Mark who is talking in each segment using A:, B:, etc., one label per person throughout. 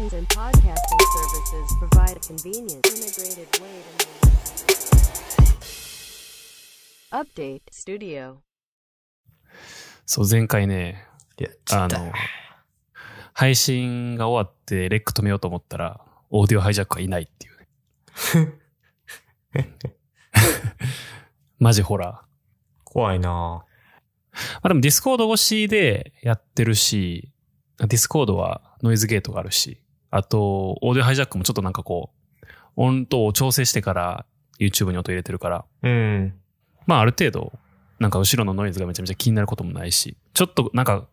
A: Podcasting services provide a convenient, integrated way to update studio.
B: そう、前回ね、
C: やっちゃ
B: あ
C: った。
B: の、配信が終わってレック止めようと思ったら、オーディオハイジャックはいないっていうね。マジホラ
C: 怖いな
B: ー。まあでもディスコード越しでやってるし、ディスコードはノイズゲートがあるし、あと、オーディオハイジャックもちょっとなんかこう、音頭を調整してから YouTube に音入れてるから、
C: ぁうん。
B: まあある程度、なんか後ろのノイズがめちゃめちゃ気になることもないし、ちょっとなんか、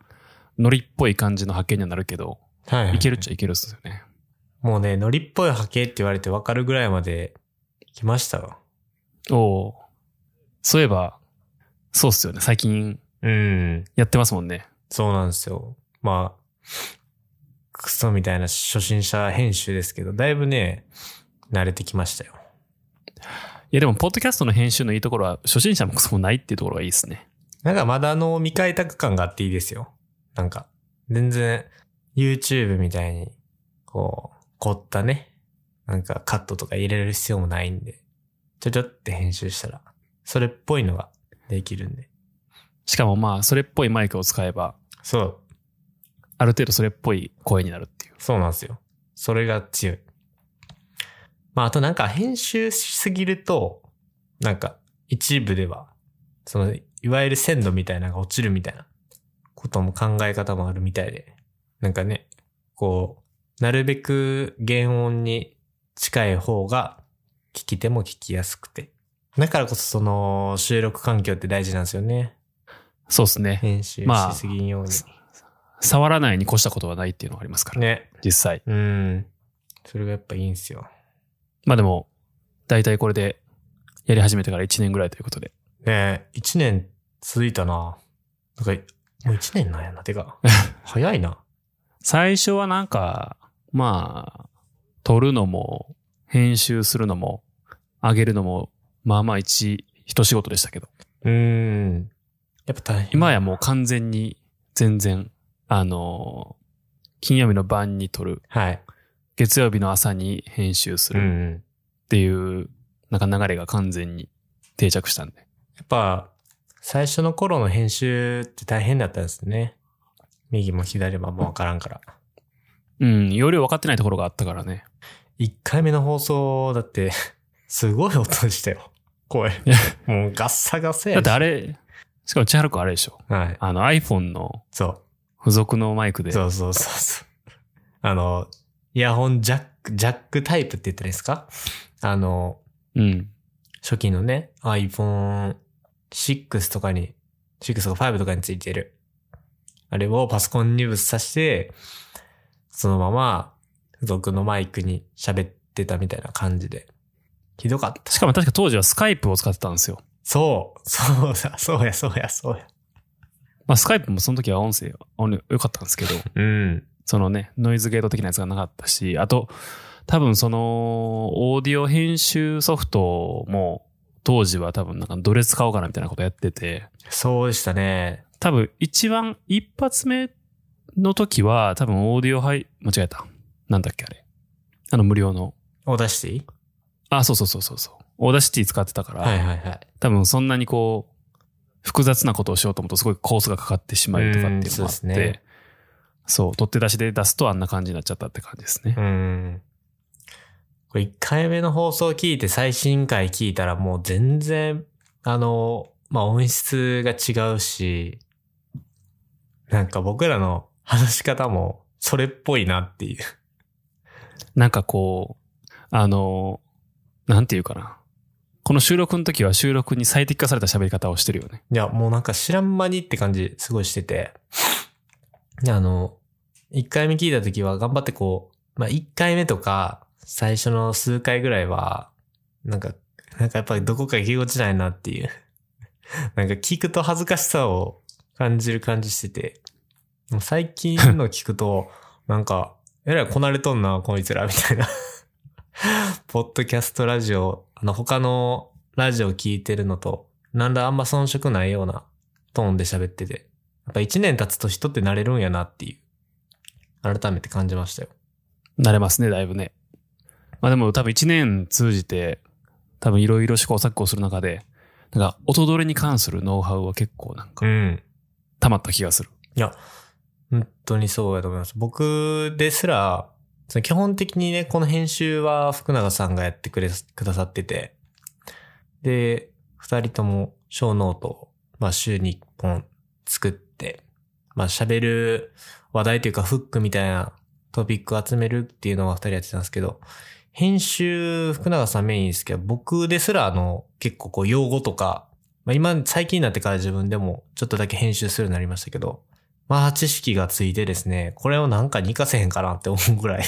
B: ノリっぽい感じの波形にはなるけど、
C: はい、
B: いけるっちゃいけるっすよね。
C: もうね、ノリっぽい波形って言われて分かるぐらいまで来ましたわ。
B: おおー。そういえば、そうっすよね。最近
C: うん。
B: やってますもんね。
C: そうなんですよ。まあ、クソみたいな初心者編集ですけど、だいぶね、慣れてきましたよ。
B: いやでも、ポッドキャストの編集のいいところは、初心者もクソもないっていうところがいいですね。
C: なんかまだあの未開拓感があっていいですよ。なんか、全然 YouTube みたいに、こう、凝ったね、なんかカットとか入れる必要もないんで、ちょちょって編集したら、それっぽいのができるんで。
B: しかもまあ、それっぽいマイクを使えば、
C: そう、
B: ある程度それっぽい声になるっていう。
C: そうなんですよ。それが強い。まあ、あとなんか編集しすぎると、なんか一部では、その、いわゆる鮮度みたいなのが落ちるみたいなことも考え方もあるみたいで、なんかね、こう、なるべく原音に近い方が聞き手も聞きやすくて。だからこそその収録環境って大事なんですよね。
B: そうっすね。
C: 編集しすぎんように。
B: 触らないに越したことはないっていうのがありますからね。
C: ね。
B: 実際。
C: うん。それがやっぱいいんですよ。
B: まあでも、だいたいこれで、やり始めてから1年ぐらいということで。
C: ねえ、一年続いたな。なんか、もう一年なんやな。て か、早いな。
B: 最初はなんか、まあ、撮るのも、編集するのも、上げるのも、まあまあ一、一仕事でしたけど。
C: うーん。やっぱ大変。
B: 今やもう完全に、全然、あのー金曜日の晩に撮る、
C: はい。
B: 月曜日の朝に編集す
C: うんう
B: る
C: ん。
B: っていう、なんか流れが完全に定着したんで。
C: やっぱ、最初の頃の編集って大変だったんですね。右も左ももうわからんから。
B: うん、容量分かってないところがあったからね。
C: 一回目の放送、だって、 すごい音でしたよ。 声。もうガッサガサや
B: だっ
C: し。
B: てあれ、しかも千春君あれでしょ。
C: はい。
B: あの iPhone の
C: そう。
B: 付属のマイクで、
C: そうそうそうそう。あの、イヤホンジャック、ジャックタイプって言ったらいいですかあの、
B: うん、
C: 初期のね、iPhone6 とかに、6とか5とかについてる。あれをパソコンにぶっ刺して、そのまま、付属のマイクに喋ってたみたいな感じで。ひどかった。
B: しかも確か当時はスカイプを使ってたんですよ。
C: そう、そうだ、そうや、そうや、そうや。
B: まあスカイプもその時は音声音良かったんです けど、
C: うん。
B: そのね、ノイズゲート的なやつがなかったし、あと、多分その、オーディオ編集ソフトも、当時は多分なんかどれ使おうかなみたいなことやってて、
C: そうでしたね。
B: 多分一番一発目の時は、多分オーディオ配、間違えた。なんだっけあれ。あの無料の。
C: お出していい
B: あ、そうそうそうそうそう。オーダーシティ使ってたから、
C: はいはいはい。
B: 多分そんなにこう、複雑なことをしようと思うとすごいコースがかかってしまうとかっていうのもあって、
C: うんそうですね
B: そう、取って出しで出すとあんな感じになっちゃったって感じですね。
C: うん。これ1回目の放送聞いて最新回聞いたらもう全然、あの、まあ、音質が違うし、なんか僕らの話し方もそれっぽいなっていう。
B: なんかこう、あの、なんていうかな。この収録の時は収録に最適化された喋り方をしてるよね。
C: いや、もうなんか知らん間にって感じすごいしてて。であの、1回目聞いた時は頑張ってこう、まあ、1回目とか最初の数回ぐらいは、なんか、なんかやっぱりどこかぎこちないなっていう。 なんか聞くと恥ずかしさを感じる感じしてて。もう最近の聞くと、なんか、えらいこなれとんな、こいつら、みたいな。 ポッドキャストラジオ、あの、他のラジオ聞いてるのと、なんだあんま遜色ないようなトーンで喋ってて、やっぱ一年経つと人って慣れるんやなっていう、改めて感じましたよ。
B: 慣れますね、だいぶね。まあでも多分1年通じて、多分いろいろ試行錯誤する中で、なんか、音取れに関するノウハウは結構なんか、
C: ん。
B: 溜まった気がする。
C: 本当にそうやと思います。僕ですら、その基本的にね、この編集は福永さんがやってくれ、くださってて、で、二人とも小ノートを、まあ週に一本作って、まあ喋る話題というかフックみたいなトピックを集めるっていうのは二人やってたんですけど、編集、福永さんメインですけど、僕ですらあの、結構こう用語とか、まあ今、最近になってから自分でもちょっとだけ編集するようになりましたけど、まあ知識がついてですね、これをなんかに活かせへんかなって思うぐら い。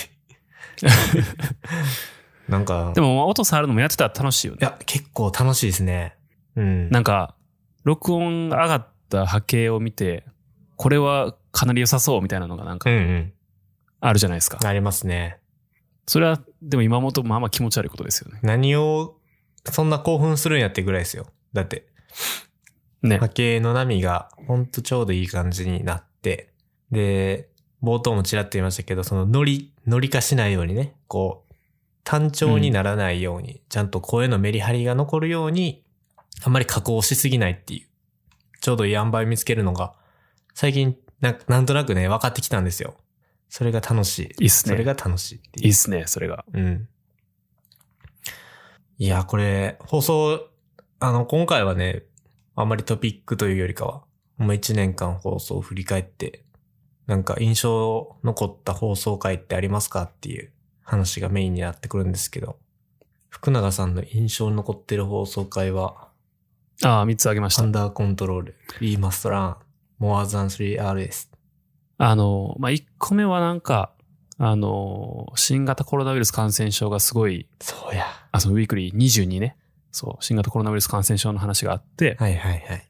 C: なんか、
B: でも、まあ音触るのもやってたら楽しいよ
C: い
B: ね。
C: や、結構楽しいですね。うん。
B: なんか、録音が上がった波形を見て、これはかなり良さそうみたいなのがなん
C: う
B: か
C: んうん。
B: あるじゃないですか。
C: ありますね。
B: それは、でも今もとまあまあ気持ち悪いことですよね。
C: 何を、そんな興奮するんやってぐらいですよ。だって、
B: ね。
C: 波形の波がほんとちょうどいい感じになって、で、冒頭もちらっと言いましたけど、そのノリ、ノリ化しないようにね、こう、単調にならないように、ちゃんと声のメリハリが残るように、あんまり加工しすぎないっていう、ちょうどいい塩梅見つけるのが、最近なんかなんとなくね、分かってきたんですよ。それが楽しい。
B: いいっすね
C: それが楽しいっていう
B: いいっすね、それが。
C: うん。いや、これ、放送、あの、今回はね、あんまりトピックというよりかは、もう一年間放送を振り返って、なんか印象残った放送回ってありますかっていう話がメインになってくるんですけど、福永さんの印象に残ってる放送回は、
B: ああ、3つあげまし
C: ア
B: た
C: ン。ダーコントロール、We Must Run, More Than 3RS。
B: あの、まあ、1個目はなんか、あの、新型コロナウイルス感染症がすごい、
C: そうや。
B: あ、そのウィークリー22ね。そう、新型コロナウイルス感染症の話があって、
C: はいはいはい。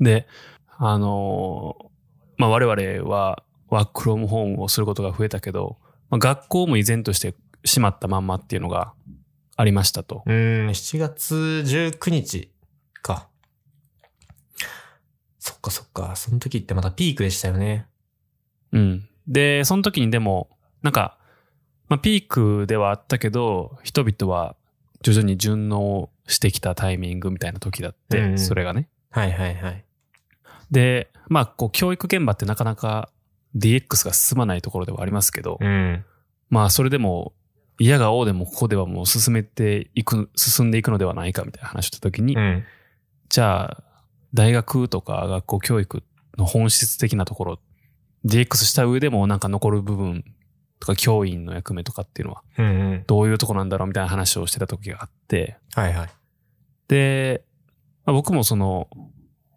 B: で、あの、まあ、我々はワークフロムホームをすることが増えたけど、まあ、学校も依然として閉まったまんまっていうのがありましたと。
C: うーん、7月19日か。そっかそっか。その時ってまたピークでしたよね。
B: うん。で、その時にでも、なんか、まあ、ピークではあったけど、人々は徐々に順応してきたタイミングみたいな時だって、
C: うんうん
B: それがね。
C: はいはいはい。
B: で、まあ、こう、教育現場ってなかなか DX が進まないところではありますけど、
C: うん。
B: まあ、それでも、嫌がおうでもここではもう進めていく、進んでいくのではないかみたいな話をした時に、
C: うん。
B: じゃあ、大学とか学校教育の本質的なところ、DX した上でもなんか残る部分とか教員の役目とかっていうのは
C: うんうん。
B: どういうとこなんだろうみたいな話をしてた時があって、
C: はいはい。
B: で、まあ、僕もその、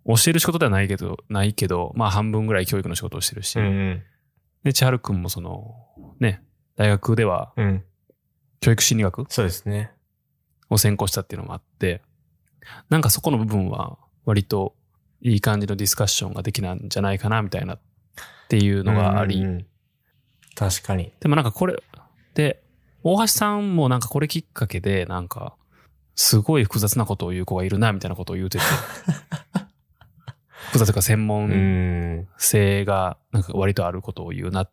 B: 教える仕事ではないけど、ないけど、まあ半分ぐらい教育の仕事をしてるし、
C: うん
B: で、千春くんもその、ね、大学では
C: うん。うん。
B: 教育心理学
C: そうですね。
B: を専攻したっていうのもあって、なんかそこの部分は割といい感じのディスカッションができなんじゃないかなみたいなっていうのがあり、
C: うんうん確かに。
B: でもなんかこれ、で、大橋さんもなんかこれきっかけで、なんか、すごい複雑なことを言う子がいるな、みたいなことを 言うてて。複雑というか専
C: う
B: 門
C: ん。
B: 性が、なんか割とあることを言うな、っ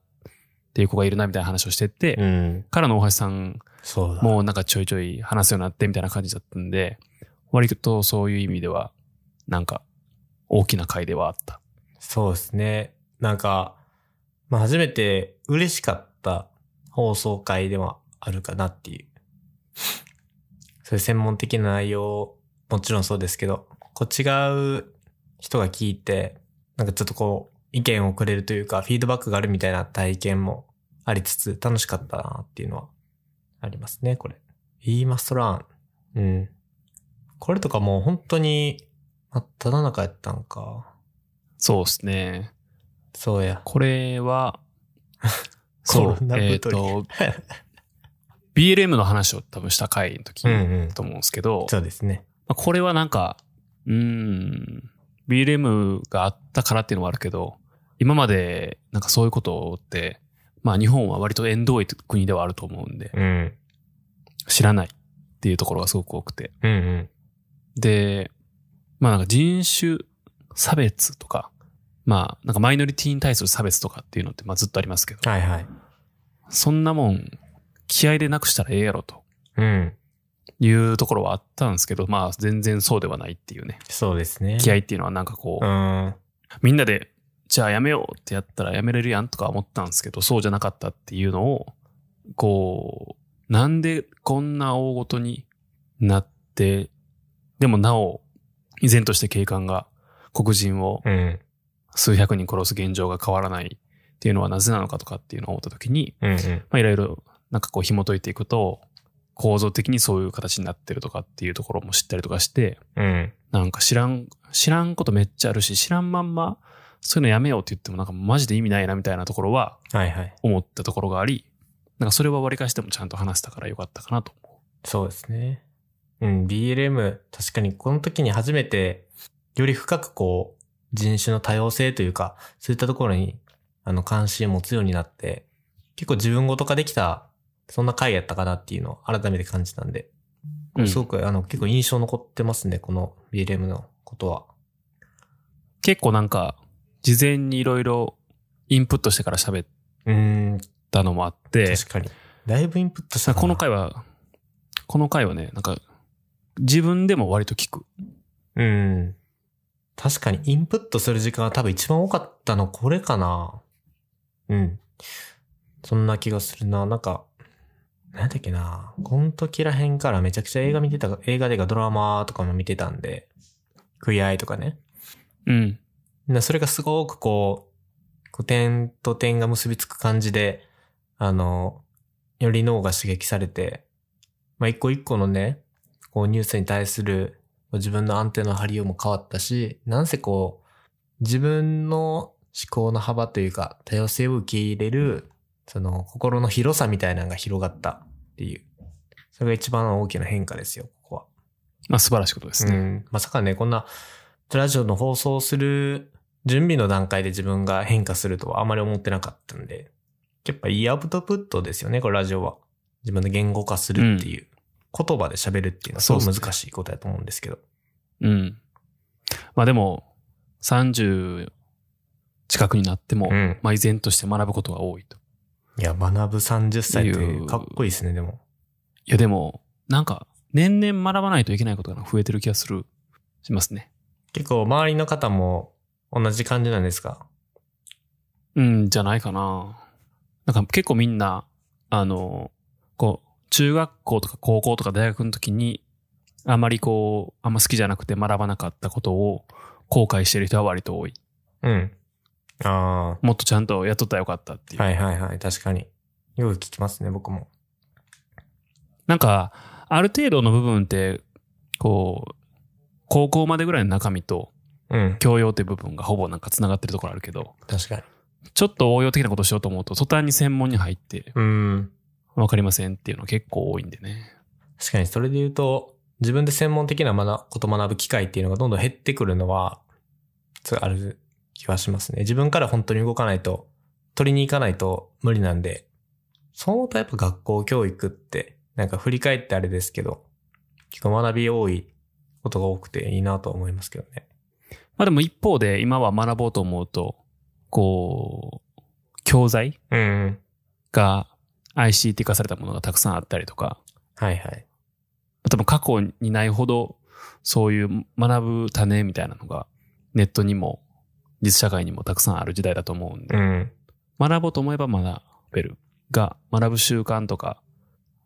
B: ていう子がいるな、みたいな話をしてて、
C: うん。
B: からの大橋さん
C: そうだ。
B: もうなんかちょいちょい話すようになって、みたいな感じだったんで、割とそういう意味では、なんか、大きな回ではあった。
C: そうですね。なんか、まあ初めて嬉しかった放送会ではあるかなっていう。そういう専門的な内容、もちろんそうですけど、こう違う人が聞いて、なんかちょっとこう、意見をくれるというか、フィードバックがあるみたいな体験もありつつ、楽しかったなっていうのはありますね、これ。言いますらん。うん。これとかもう本当に、真っただ中やったんか。
B: そうですね。
C: そうや。
B: これ は、
C: コ
B: そ
C: ロ
B: う、
C: ナ
B: えっ、
C: 太り
B: と、BLM の話を多分した回の時
C: うん
B: だ
C: うん。
B: と思うんですけど、
C: そうですね。
B: まあ、これはなんか、うーん、BLM があったからっていうのはあるけど、今までなんかそういうことって、まあ日本は割と縁遠い国ではあると思うんで、
C: うん。
B: 知らないっていうところがすごく多くて。
C: うんうん。
B: で、まあなんか人種差別とか、まあなんかマイノリティに対する差別とかっていうのってまあずっとありますけど、
C: はいはい。
B: そんなもん、気合でなくしたらええやろと
C: うん。
B: いうところはあったんですけど、まあ全然そうではないっていうね。
C: そうですね。
B: 気合っていうのはなんかこう、
C: うん。
B: みんなで、じゃあやめようってやったらやめれるやんとか思ったんですけど、そうじゃなかったっていうのを、こう、なんでこんな大ごとになって、でもなお、依然として警官が黒人を
C: うん。
B: 数百人殺す現状が変わらないっていうのはなぜなのかとかっていうのを思った時に、
C: うん。うん。
B: まあいろいろなんかこう紐解いていくと、構造的にそういう形になってるとかっていうところも知ったりとかして、
C: うん。
B: なんか知らん、知らんことめっちゃあるし、知らんまんま、そういうのやめようって言ってもなんかマジで意味ないなみたいなところは
C: はいはい。
B: 思ったところがあり、なんかそれは割り返してもちゃんと話せたからよかったかなと思
C: そうですね。うん。BLM、確かにこの時に初めて、より深くこう、人種の多様性というか、そういったところに、あの、関心を持つようになって、結構自分ごと化できた、そんな回やったかなっていうのを改めて感じたんで、
B: う。
C: すごく、あの、結構印象残ってますね、この BLM のことは。
B: 結構なんか、事前にいろいろインプットしてから喋っ
C: うん、
B: たのもあって、
C: 確かに。だいぶインプットし
B: な
C: た
B: ん
C: か
B: か
C: な
B: この回は、この回はね、なんか、自分でも割と聞く。
C: うん。確かにインプットする時間は多分一番多かったのこれかな。うん。そんな気がするな。なんか、なんだっけな。この時らへんからめちゃくちゃ映画見てた、映画でかドラマとかも見てたんで、クイアイとかね。
B: うん。
C: なそれがすごくこう、こう点と点が結びつく感じで、あの、より脳が刺激されて、まあ、一個一個のね、こうニュースに対するこう自分のアンテナの張りようも変わったし、なんせこう、自分の思考の幅というか、多様性を受け入れる、その心の広さみたいなのが広がったっていう。それが一番大きな変化ですよ、ここは。
B: まあ素晴らしいことです
C: う
B: ね。
C: ん、まさかね、こんな、ラジオの放送する準備の段階で自分が変化するとはあまり思ってなかったんで、やっぱいいアウトプットですよね、これラジオは。自分で言語化するっていう、言葉で喋るっていうのはすごい
B: そうですね
C: 難しいことだと思うんですけど。
B: うん。まあでも、30近くになっても、
C: うん。
B: まあ、依然として学ぶことが多いと。
C: いや、学ぶ30歳っ
B: いう
C: てかっこいいですね、でも。
B: いや、でも、なんか、年々学ばないといけないことが増えてる気がする、しますね。
C: 結構周りの方も同じ感じなんですか
B: うん、じゃないかな。なんか結構みんな、あの、こう、中学校とか高校とか大学の時に、あまりこう、あんま好きじゃなくて学ばなかったことを後悔してる人は割と多い。
C: うん。あ
B: もっとちゃんとやっとったらよかったっていう。
C: あ、はいはいはい、確かに。よく聞きますね、僕も。
B: なんか、ある程度の部分って、こう、高校までぐらいの中身と、
C: うん、
B: 教養って部分がほぼなんか繋がってるところあるけど、
C: 確かに。
B: ちょっと応用的なことをしようと思うと、途端に専門に入って、
C: うん。
B: わかりませんっていうの結構多いんでね。
C: 確かにそれで言うと、自分で専門的な学こと学ぶ機会っていうのがどんどん減ってくるのは、つある気はしますね。自分から本当に動かないと、取りに行かないと無理なんで、そう思うとやっぱ学校教育って、なんか振り返ってあれですけど、結構学び多いことが多くていいなとは思いますけどね。
B: まあでも一方で、今は学ぼうと思うと、こう、教材
C: うん。
B: が ICT 化されたものがたくさんあったりとか、
C: はいはい。
B: 多分過去にないほど、そういう学ぶ種みたいなのが、ネットにも、実社会にもたくさんある時代だと思うんで、
C: うん。
B: 学ぼうと思えば学べるが、学ぶ習慣とか、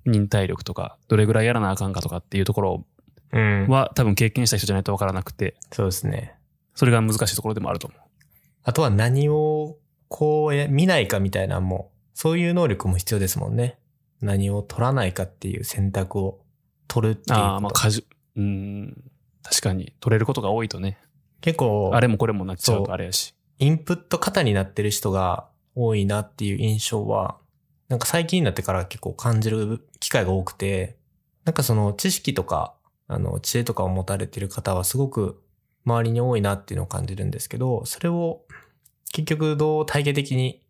B: 忍耐力とか、どれぐらいやらなあかんかとかっていうところ
C: うん。
B: は多分経験した人じゃないとわからなくて、
C: そうですね。
B: それが難しいところでもあると思
C: あとは何をこうえ見ないかみたいなもう、そういう能力も必要ですもんね。何を取らないかっていう選択を取るっ
B: う。
C: ていうこと。
B: ああ、まあ、かじ、うーん、確かに取れることが多いとね、
C: 結構、
B: あれもこれもなっちゃう
C: そ
B: と
C: う
B: あれやし。
C: インプット型になってる人が多いなっていう印象は、なんか最近になってから結構感じる機会が多くて、なんかその知識とか、あの、知恵とかを持たれてる方はすごく周りに多いなっていうのを感じるんですけど、それを結局どう体系的に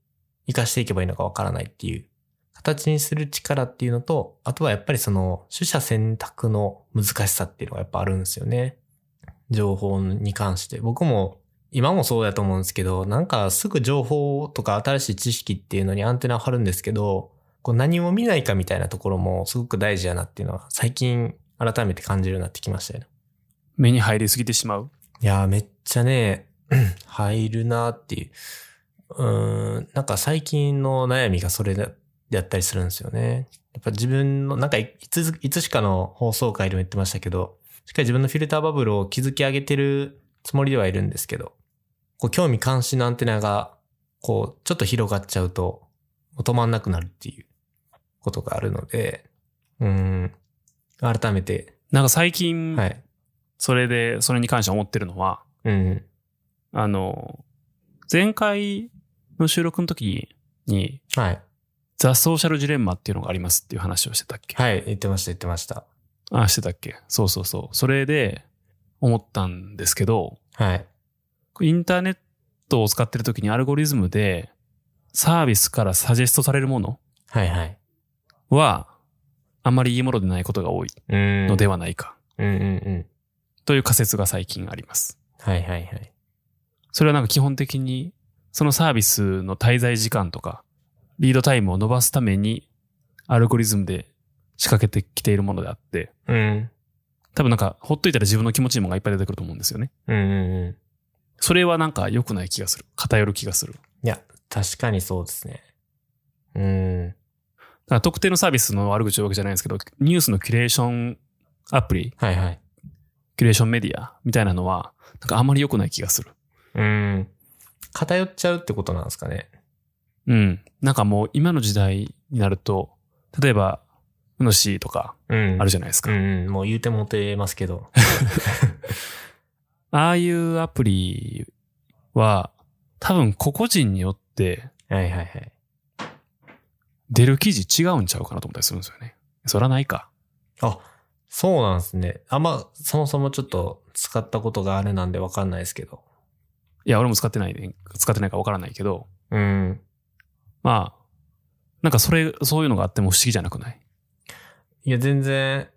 C: 活かしていけばいいのかわからないっていう形にする力っていうのと、あとはやっぱりその取捨選択の難しさっていうのがやっぱあるんですよね。情報に関して。僕も今もそうだと思うんですけど、なんかすぐ情報とか新しい知識っていうのにアンテナを張るんですけど、こう何を見ないかみたいなところもすごく大事やなっていうのは最近改めて感じるようになってきましたよね。
B: 目に入りすぎてしまう。
C: いやーめっちゃね、入るなーっていう。うーん、なんか最近の悩みがそれだやったりするんですよね。やっぱ自分の、なんかいいつず、いつしかの放送回でも言ってましたけど、しっかり自分のフィルターバブルを築き上げてるつもりではいるんですけど、こう興味関心のアンテナが、こう、ちょっと広がっちゃうと、もう止まんなくなるっていうことがあるので、うーん、改めて、
B: なんか最近、
C: はい、
B: それで、それに関して思ってるのは、
C: うん、
B: あの、前回の収録の時に、
C: はい、
B: ザ・ソーシャルジレンマっていうのがありますっていう話をしてたっけ、
C: はい、言ってました、言ってました。
B: あ、してたっけそうそうそう。それで思ったんですけど、
C: はい、
B: インターネットを使ってる時にアルゴリズムでサービスからサジェストされるもの
C: はい、はい。
B: は、あまりいいものでないことが多い
C: うん
B: のではないか、
C: うんうんうん。
B: という仮説が最近あります。
C: はいはいはい。
B: それはなんか基本的に、そのサービスの滞在時間とか、リードタイムを伸ばすために、アルゴリズムで仕掛けてきているものであって、
C: うん。
B: 多分なんか、ほっといたら自分の気持ちいいものがいっぱい出てくると思うんですよね。
C: うんうんう
B: それはなんか良くない気がする。偏る気がする。だか
C: ん。いや、確かにそうですね。うん。
B: ら特定のサービスの悪口を言うわけじゃないんですけど、ニュースのキュレーションアプリ、
C: はいはい。
B: キュレーションメディアみたいなのは、なんかあんまり良くない気がする。
C: うん。偏っちゃうってことなんですかね。
B: うん。なんかもう今の時代になると、例えば、うのしーとか
C: うん。
B: あるじゃないですか。
C: うんうん。もう言うてもてますけ ど。
B: ああいうアプリは、多分個々人によって
C: はいはいはい。
B: 出る記事違うんちゃうかなと思ったりするんですよね。そらないか。
C: あ、そうなんですね。あんま、そもそもちょっと使ったことがあれなんでわかんないですけど。
B: いや、俺も使ってないね、使ってないからわからないけど、
C: うん。
B: まあ、なんかそれ、そういうのがあっても不思議じゃなくない
C: いや、全然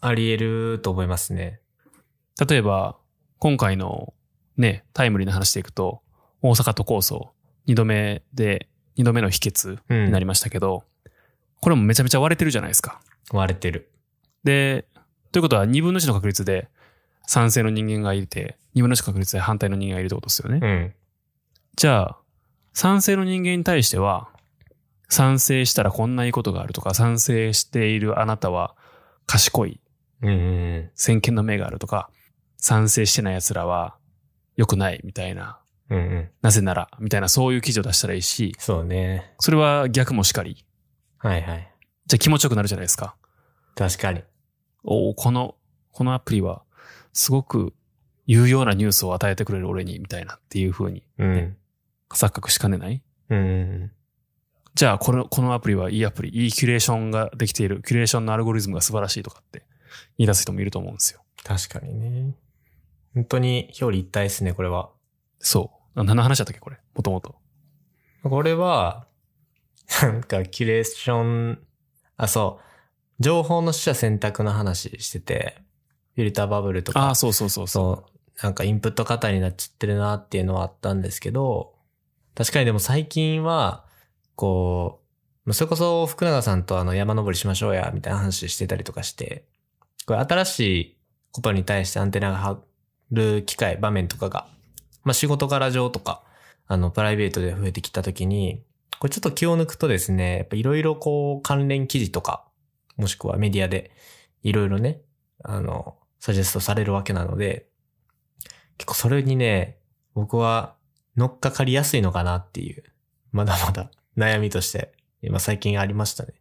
C: あり得ると思いますね。
B: 例えば、今回のね、タイムリーな話でいくと、大阪都構想、二度目で、二度目の秘訣
C: う。
B: になんりましたけど、これもめちゃめちゃ割れてるじゃないですか。
C: 割れてる。
B: で、ということは2分の1の確率で賛成の人間がいて、2分の1の確率で反対の人間がいるってことですよね。
C: うん。
B: じゃあ、賛成の人間に対しては、賛成したらこんないいことがあるとか、賛成しているあなたは賢い、
C: うんうん
B: 先見の明があるとか、賛成してない奴らは良くないみたいな、
C: うん。うんうん。
B: なぜならみたいなそういう記事を出したらいいし、
C: そうね。
B: それは逆もしかり。
C: はいはい。
B: じゃあ気持ちよくなるじゃないですか。
C: 確かに。
B: おーこの、このアプリは、すごく有用なニュースを与えてくれる俺に、みたいなっていう風に
C: うん。
B: 錯覚しかねない
C: うん。
B: じゃあ、この、このアプリはいいアプリ、いいキュレーションができている、キュレーションのアルゴリズムが素晴らしいとかって言い出す人もいると思うんですよ。
C: 確かにね。本当に表裏一体ですね、これは。
B: そう。あ何の話だったっけ、これ。もともと。
C: これは、 なんか、キュレーション、あ、そう。情報の取捨選択の話してて、フィルターバブルと
B: あ
C: か
B: あ、、そうそうそうそう。
C: そう、なんかインプット型になっちゃってるなっていうのはあったんですけど、確かにでも最近は、こう、それこそ福永さんとあの山登りしましょうや、みたいな話してたりとかして、これ新しいことに対してアンテナが張る機会、場面とかが、まあ仕事柄上とか、あのプライベートで増えてきた時に、これちょっと気を抜くとですね、やっぱいろいろこう関連記事とか、もしくはメディアでいろいろね、あの、サジェストされるわけなので、結構それにね、僕は乗っかかりやすいのかなっていう、まだまだ悩みとして、今最近ありましたね。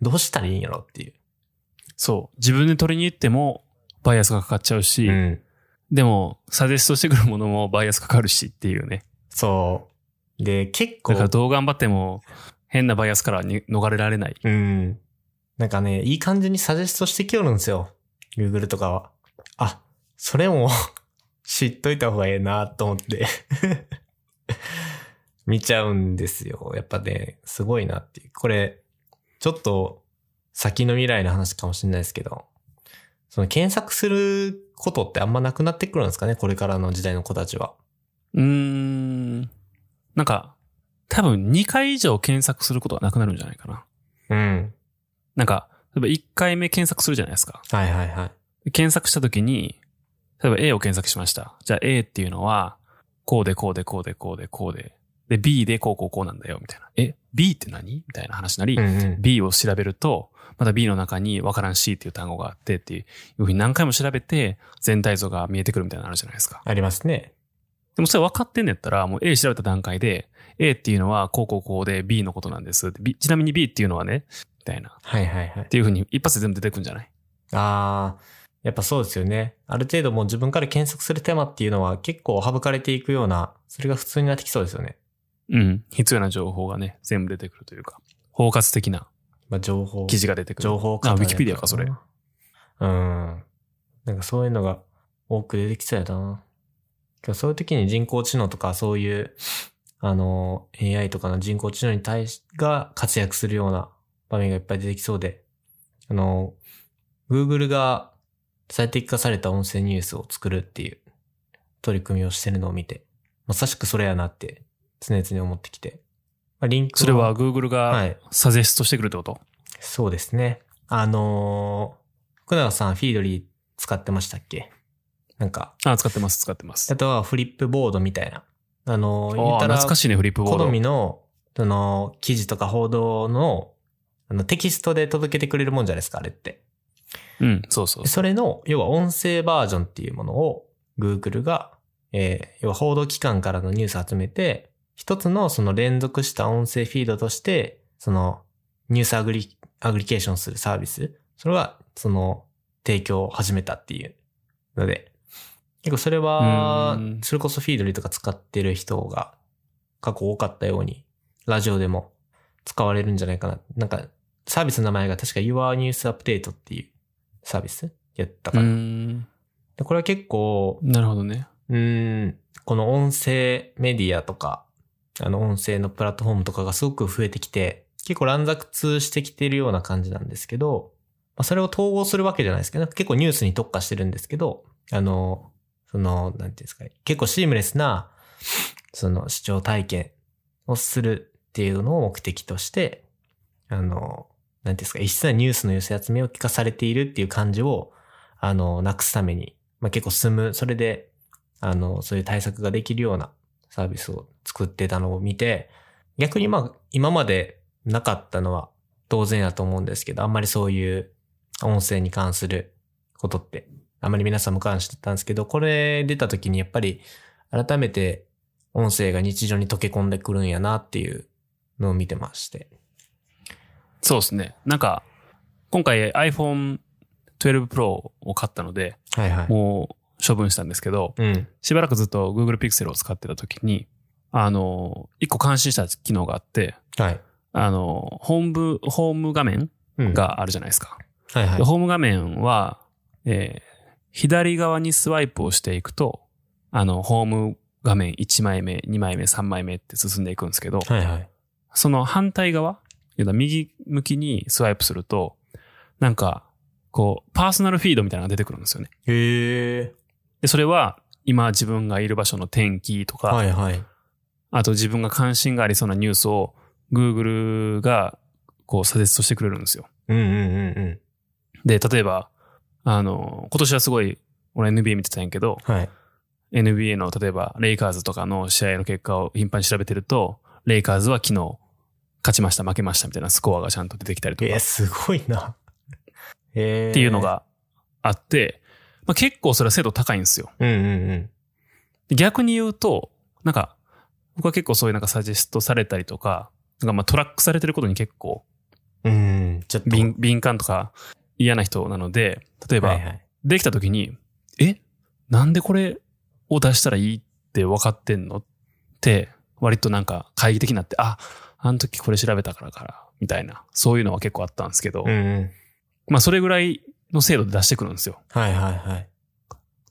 C: どうしたらいいんやろっていう。
B: そう。自分で取りに行っても、バイアスがかかっちゃうし、
C: ん。
B: でも、サジェストしてくるものもバイアスかかるしっていうね。
C: そう。で、結構
B: だから、どう頑張っても、変なバイアスからに逃れられない。
C: うん。なんかね、いい感じにサジェストしてきよるんですよ。Google とかは。あ、それも 知っといた方がええなと思って。 見ちゃうんですよ。やっぱね、すごいなっていう。これ、ちょっと先の未来の話かもしれないですけど、その検索することってあんまなくなってくるんですかねこれからの時代の子たちは。
B: うーん。なんか、多分2回以上検索することはなくなるんじゃないかな。
C: ううん。
B: なんか、例えば1回目検索するじゃないですか。
C: はいはいはい。
B: 検索した時に、例えば A を検索しました。じゃあ A っていうのは、こうでこうでこうでこうでこうで、で B でこうこうこうなんだよ、みたいな。え、B って何みたいな話になり、
C: うんうん。
B: B を調べると、また B の中にわからん C っていう単語があってっていうふうに何回も調べて全体像が見えてくるみたいなのあるじゃないですか。
C: ありますね。
B: でもそれ分かってんねやったら、もう A 調べた段階で、A っていうのはこうこうこうで B のことなんですって。B ちなみに B っていうのはね、みたいな。っ
C: はいはいはい。
B: ていうふうに一発で全部出てくるんじゃない
C: ああ、やっぱそうですよね。ある程度もう自分から検索する手間っていうのは結構省かれていくような、それが普通になってきそうですよね。
B: うん。必要な情報がね、全部出てくるというか、包括的な
C: まあ情報。
B: 記事が出てくる。
C: 情報
B: あ、
C: 型
B: ウ
C: の
B: ィ
C: やつ
B: キペディアか、それ。
C: うん。なんかそういうのが多く出てきそうやな。今日そういう時に人工知能とかそういう、あの、AI とかの人工知能に対し、が活躍するような場面がいっぱい出てきそうで、あの、Google が最適化された音声ニュースを作るっていう取り組みをしてるのを見て、まさしくそれやなって常々思ってきて。まあ、リンク
B: それは Google
C: は
B: が
C: い。
B: サジェストしてくるってこと、
C: そうですね。あのー福永さん、フィードリー使ってましたっけなんか、
B: あ、使ってます、使ってます
C: あ。とはフリップボードみたいな。あのー
B: ああ、懐かしいね、フリップボード。
C: 好みの、その、記事とか報道の、あの、テキストで届けてくれるもんじゃないですか、あれって。
B: うん、そうそう。
C: それの、要は音声バージョンっていうものを、Google が、えー要は報道機関からのニュース集めて、一つのその連続した音声フィードとして、その、ニュースアグリ、アグリケーションするサービス、それが、その、提供を始めたっていうので、結構それは
B: うー、ん
C: それこそフィードリーとか使ってる人が、過去多かったように、ラジオでも使われるんじゃないかな。なんか、サービスの名前が確か Your News Update っていうサービスやった
B: う
C: か
B: ー
C: ら。
B: ん。
C: でこれは結構、
B: なるほどね。
C: うーん、この音声メディアとか、あの音声のプラットフォームとかがすごく増えてきて、結構乱雑通してきてるような感じなんですけど、まあ、それを統合するわけじゃないですけど、結構ニュースに特化してるんですけど、あの、その、なんていうんですかね、結構シームレスな、その視聴体験をするっていうのを目的として、あの、なんていうんですか、異質なニュースの寄せ集めを聞かされているっていう感じを、あの、なくすために、まあ、結構進む、それであの、そういう対策ができるようなサービスを作ってたのを見て、逆にまあ、今までなかったのは当然だと思うんですけど、あんまりそういう音声に関することって、あんまり皆さん無関してたんですけど、これ出た時にやっぱり改めて音声が日常に溶け込んでくるんやなっていうのを見てまして。
B: そうですね。なんか、今回 iPhone 12 Pro を買ったので、
C: はいはい。
B: もう処分したんですけど、
C: うん。
B: しばらくずっと Google Pixel を使ってた時に、あの、一個感心した機能があって、
C: はい。
B: あの、ホーム、ホーム画面
C: うん。
B: があるじゃないですか。
C: はいはい
B: で。ホーム画面は、えー左側にスワイプをしていくと、あの、ホーム画面1枚目、2枚目、3枚目って進んでいくんですけど、
C: はいはい。
B: その反対側、要は右向きにスワイプすると、なんか、こう、パーソナルフィードみたいなのが出てくるんですよね。
C: へえ。
B: で、それは、今自分がいる場所の天気とか、
C: はいはい。
B: あと自分が関心がありそうなニュースを Google がこう、サジェストしてくれるんですよ。
C: うんうんうんうん。
B: で、例えば、あの、今年はすごい、俺 NBA 見てたんやけど、
C: はい。
B: NBA の例えばレイカーズとかの試合の結果を頻繁に調べてると、レイカーズは昨日勝ちました、負けましたみたいなスコアがちゃんと出てきたりとか
C: えー、すごい な。えー、
B: っていうの。があって、まあ、結構それは精度高いんですよ。
C: うんうんうん。
B: で逆に言うと、なんか、僕は結構そういうなんかサジェストされたりとか、なんかまあトラックされてることに結構
C: うん、ちょっと。
B: 敏敏感とか嫌な人なので、例えば、
C: はいはい。
B: できた時に、えなんでこれを出したらいいって分かってんのって、割となんか会議的になって、あ、あの時これ調べたからから、みたいな、そういうのは結構あったんですけど、
C: うんうん。
B: まあそれぐらいの精度で出してくるんですよ。
C: はいはいはい。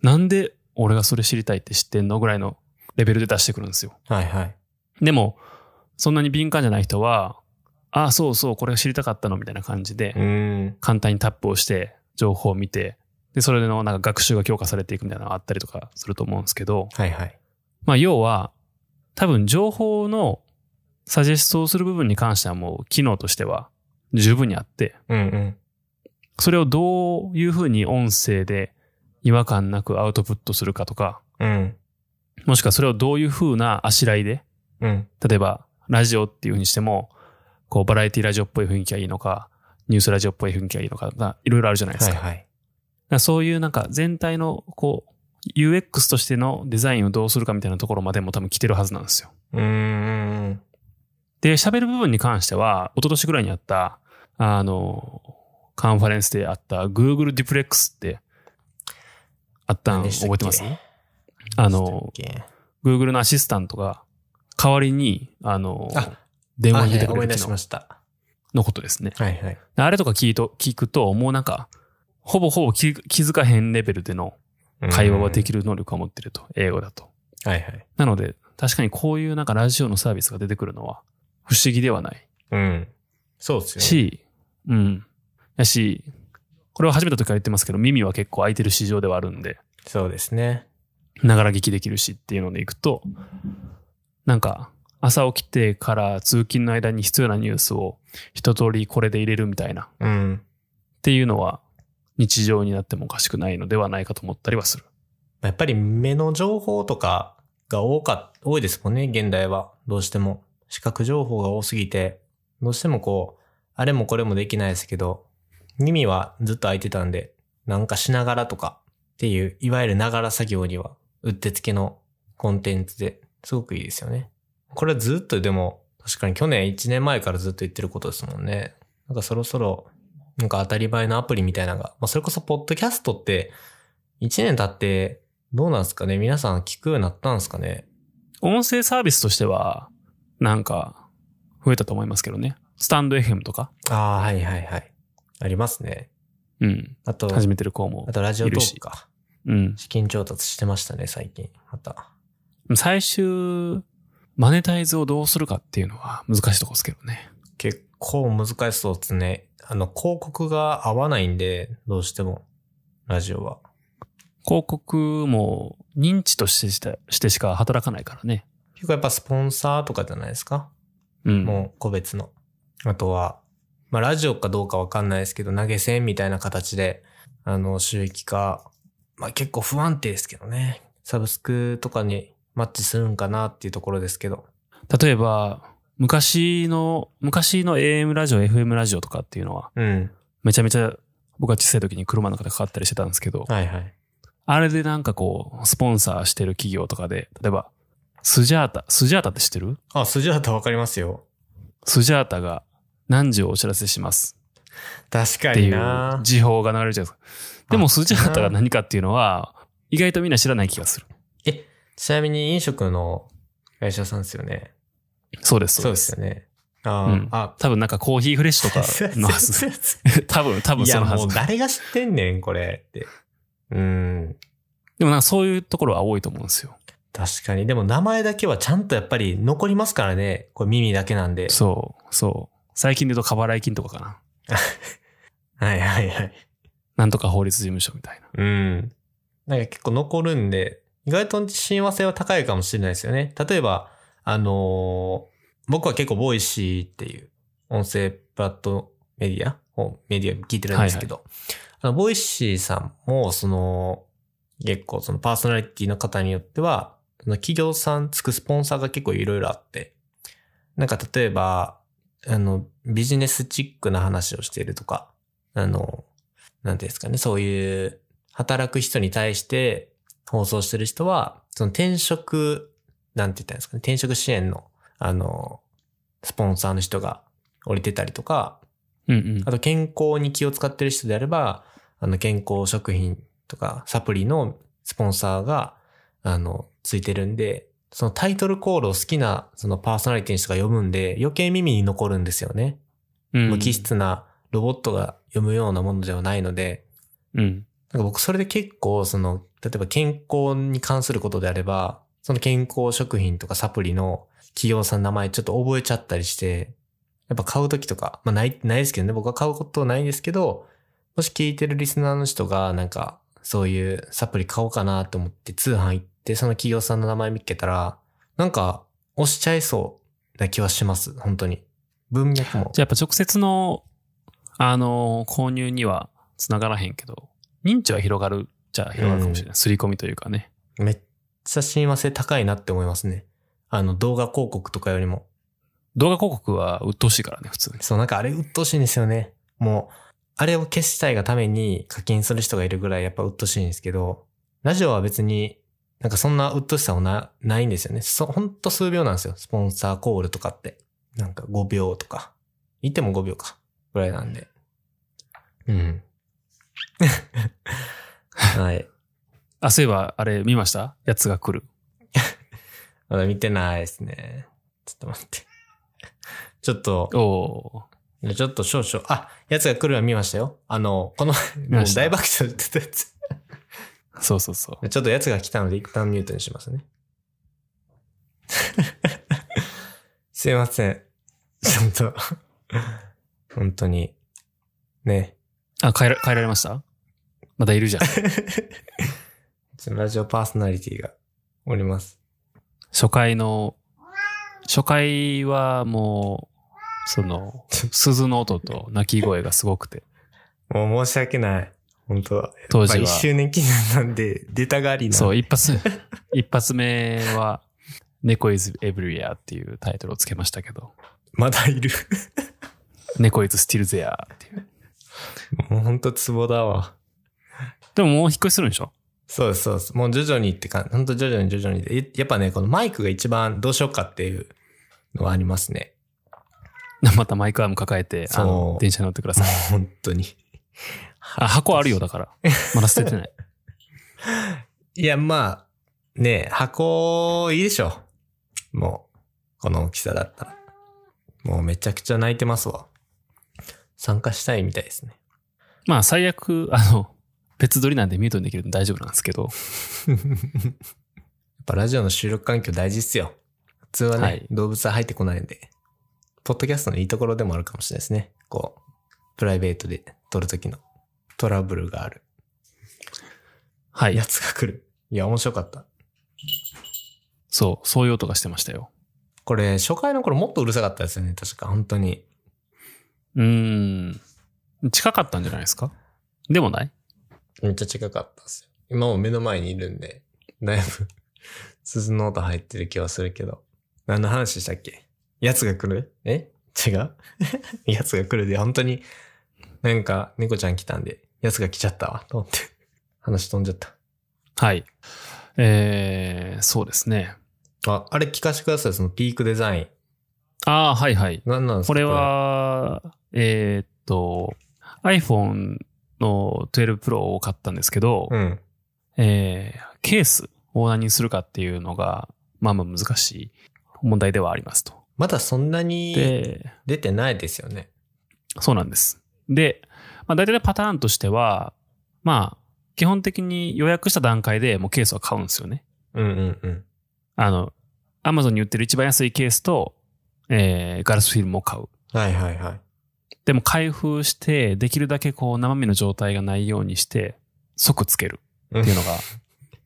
B: なんで俺がそれ知りたいって知ってんのぐらいのレベルで出してくるんですよ。
C: はいはい。
B: でも、そんなに敏感じゃない人は、ああ、そうそう、これが知りたかったのみたいな感じで
C: う、ん。
B: 簡単にタップをして、情報を見て、で、それのなんか学習が強化されていくみたいなのがあったりとかすると思うんですけど、
C: はいはい。
B: まあ、要は、多分情報のサジェストをする部分に関してはもう機能としては十分にあって、
C: うんうん。
B: それをどういうふうに音声で違和感なくアウトプットするかとか、
C: うん。
B: もしくはそれをどういうふうなあしらいで、
C: うん。
B: 例えばラジオっていうふうにしても、こうバラエティラジオっぽい雰囲気がいいのか、ニュースラジオっぽい雰囲気がいいのか、まあいろいろあるじゃないです
C: はい
B: か。
C: はい。
B: だからそういうなんか全体のこう UX としてのデザインをどうするかみたいなところまでも多分来てるはずなんですよ。
C: うーん。
B: で、喋る部分に関しては、一昨年ぐらいにあった、あの、カンファレンスであった Google Duplex ってあったん
C: 何でしたっ
B: 覚
C: け
B: えてますあの、Google のアシスタントが代わりに、あの、
C: あ
B: 電話
C: はい
B: に出て
C: はい
B: くれ
C: 思い
B: る
C: 出
B: 機
C: し
B: 能
C: ました。
B: のことですね。
C: はいはい。
B: あれとか聞いと聞くと、もうなんか、ほぼほぼ気気づかへんレベルでの会話ができ
C: る。
B: る能力を持ってると、英語だと。
C: はいはい。
B: なので、確かにこういうなんかラジオのサービスが出てくるのは不思議ではない
C: うん。そうですよね。
B: し、うん。やし、これを始めた時から言ってますけど、耳は結構空いてる市場ではあるんで、
C: そうですね。
B: ながら聞きできるしっていうのでいくと、なんか、朝起きてから通勤の間に必要なニュースを一通りこれで入れるみたいなっ
C: うん。
B: ていうのは日常になってもおかしくないのではないかと思ったりはする。
C: やっぱり目の情報とかが多か、多いですもんね、現代は。どうしても。視覚情報が多すぎて、どうしてもこう、あれもこれもできないですけど、耳はずっと開いてたんで、なんかしながらとかっていう、いわゆるながら作業には、うってつけのコンテンツですごくいいですよね。これはずっとでも、確かに去年1年前からずっと言ってることですもんね。なんかそろそろ、なんか当たり前のアプリみたいなのが、まあそれこそポッドキャストって、1年経ってどうなんですかね皆さん聞くようになったんですかね
B: 音声サービスとしては、なんか増えたと思いますけどね。スタンド FM とか、
C: ああ、はいはいはい。ありますね。
B: うん、
C: あと、
B: 始めてる子も
C: あ。とラジオトークか。
B: うん。
C: 資金調達してましたね、最近。また。
B: 最終、マネタイズをどうするかっていうのは難しいとこですけどね。
C: 結構難しそうですね。あの、広告が合わないんで、どうしても、ラジオは。
B: 広告も認知としてしたしてしか働かないからね。
C: 結構やっぱスポンサーとかじゃないですか
B: うん。
C: もう個別の。あとは、まあラジオかどうかわかんないですけど、投げ銭みたいな形で、あの、収益化、まあ結構不安定ですけどね。サブスクとかにマッチするんかなっていうところですけど。
B: 例えば、昔の、昔の AM ラジオ、FM ラジオとかっていうのは、
C: うん。
B: めちゃめちゃ僕が小さい時に車の中でかかったりしてたんですけど、
C: はいはい。
B: あれでなんかこう、スポンサーしてる企業とかで、例えば、スジャータ、スジャータって知ってる
C: あ、スジャータわかりますよ。
B: スジャータが何時をお知らせします
C: 確か
B: って
C: に
B: いう
C: な
B: 時報が流れるじゃないですか。でも、
C: あ
B: スジャータが何かっていうのは、意外とみんな知らない気がする。
C: ちなみに飲食の会社さんですよね。
B: そうです、
C: そ
B: そうう
C: で
B: です。
C: すよね。あー、
B: うん
C: あ、
B: 多分なんかコーヒーフレッシュとかのは ず。 多分、多分
C: い
B: そ
C: や、
B: のは
C: もう
B: ず。
C: 誰が知ってんねん、これって。 うん。
B: でもなんかそういうところは多いと思うんですよ。
C: 確かに。でも名前だけはちゃんとやっぱり残りますからね。これ耳だけなんで。
B: そう、そう。最近で言うと、過払い金とかかな。
C: はいはいはい。
B: なんとか法律事務所みたいな。
C: うん。なんか結構残るんで、意外と親和性は高いかもしれないですよね。例えば、あのー僕は結構ボイシーっていう音声プラットメディアをメディア聞いてるんですけど、あの、ボイシーさんも、その、結構そのパーソナリティの方によっては、その企業さんつくスポンサーが結構いろいろあって、なんか例えば、あの、ビジネスチックな話をしているとか、あの、なんていうんですかね、そういう働く人に対して放送してる人は、その転職、なんて言ったらいいんですかね、転職支援の、あの、スポンサーの人が降りてたりとか、
B: うんうん
C: あ。と健康に気を使ってる人であれば、あの健康食品とかサプリのスポンサーが、あの、ついてるんで、そのタイトルコールを好きなそのパーソナリティの人が読むんで、余計耳に残るんですよね。
B: うん
C: 無機。質なロボットが読むようなものではないので、
B: うん。
C: なんか僕それで結構その、例えば健康に関することであれば、その健康食品とかサプリの企業さんの名前ちょっと覚えちゃったりして、やっぱ買うときとか、まあない、ないですけどね、僕は買うことないんですけど、もし聞いてるリスナーの人がなんか、そういうサプリ買おうかなと思って通販行って、その企業さんの名前見っけたら、なんか押しちゃいそうな気はします、本当に。文脈も。
B: じゃあやっぱ直接のあのー購入には繋がらへんけど、認知は広がるじゃあ広がるかもしれない。刷り込みというかね。
C: めっちゃ親和性高いなって思いますね。あの、動画広告とかよりも。
B: 動画広告は鬱陶しいからね、普通に。
C: そう、なんかあれ鬱陶しいんですよね。もう、あれを消したいがために課金する人がいるぐらいやっぱ鬱陶しいんですけど、ラジオは別に、なんかそんな鬱陶しさはな、ないんですよね。そ、ほんと数秒なんですよ。スポンサーコールとかって。なんか5秒とか。言っても5秒か。ぐらいなんで。うん。 はい。
B: あ、そういえば、あれ見ましたやつが来る。
C: まだ見てないですね。ちょっと待って。ちょっと、
B: おお
C: ちょっと少々。あ、やつが来るは見ましたよ。あの、この前、
B: 見
C: もう
B: ました
C: 大爆笑言ってたやつ。
B: ー。そうそうそう。
C: ちょっとやつが来たので一旦ミュートにしますね。 すいません。ちょっと、本当に、ね。
B: あ、変えら変えられましたまだいるじゃん。
C: ラジオパーソナリティがおります。
B: 初回の、初回はもう、その、鈴の音と泣き声がすごくて、
C: もう申し訳ない。本当
B: 当時
C: まあ
B: は
C: 一。周年記念なんで、出たがりな。
B: そう、一発、 一発目は、猫 is everywhere っていうタイトルをつけましたけど、
C: まだいる。
B: 猫 is still there っていう。
C: もう本当ツボだわ。
B: でももう引っ越しするんでしょ
C: そうですそうです。もう徐々にって感じ。ほんと徐々に徐々にで。いやっぱね、このマイクが一番どうしようかっていうのはありますね。
B: またマイクアーム抱えて、あ
C: そ
B: の
C: う、
B: 電車に乗ってください。
C: 本当に。
B: あ、箱あるよだから。まだ捨てて ない。
C: いや、まあ、ねえ箱いいでしょ。もう、この大きさだったら。もうめちゃくちゃ泣いてますわ。参加したいみたいですね。
B: まあ最悪、あの、別撮りなんでミュートにできるんで大丈夫なんですけど、
C: やっぱラジオの収録環境大事っすよ。普通はね、
B: はい
C: 動物は入ってこないんで、ポッドキャストのいいところでもあるかもしれないですね。こう、プライベートで撮るときのトラブルがある。
B: はい
C: や。つが来る。いや、面白かった。
B: そう、そういう音がしてましたよ。
C: これ、初回の頃もっとうるさかったですよね。確か、本当に。
B: うーん。近かったんじゃないですかでもない
C: めっちゃ近かったですよ。今も目の前にいるんで、だいぶ、 鈴の音入ってる気はするけど。何の話したっけやつが来るえ違う やつが来るで、本当に、なんか、猫ちゃん来たんで、やつが来ちゃったわ、と思って。話飛んじゃっ
B: はい。えー、そうですね。
C: た。あ、あれ聞かせてください、そのピークデザイン。
B: ああ、はいはい。
C: 何なんですか
B: これ、は、えーっと、iPhone の12 Pro を買ったんですけど、
C: これうん。
B: えーケースを何にするかっていうのが、まあまあ難しい問題ではありますと。
C: まだそんなに
B: で、
C: 出てないですよね。
B: そうなんです。で、まあ、大体パターンとしては、まあ、基本的に予約した段階でもうケースは買うんですよね。
C: うんうんうん。
B: あの、アマゾンに売ってる一番安いケースと、えーガラスフィルムを買う。
C: はいはいはい。
B: でも開封して、できるだけこう生身の状態がないようにして、即つけるっていうのが、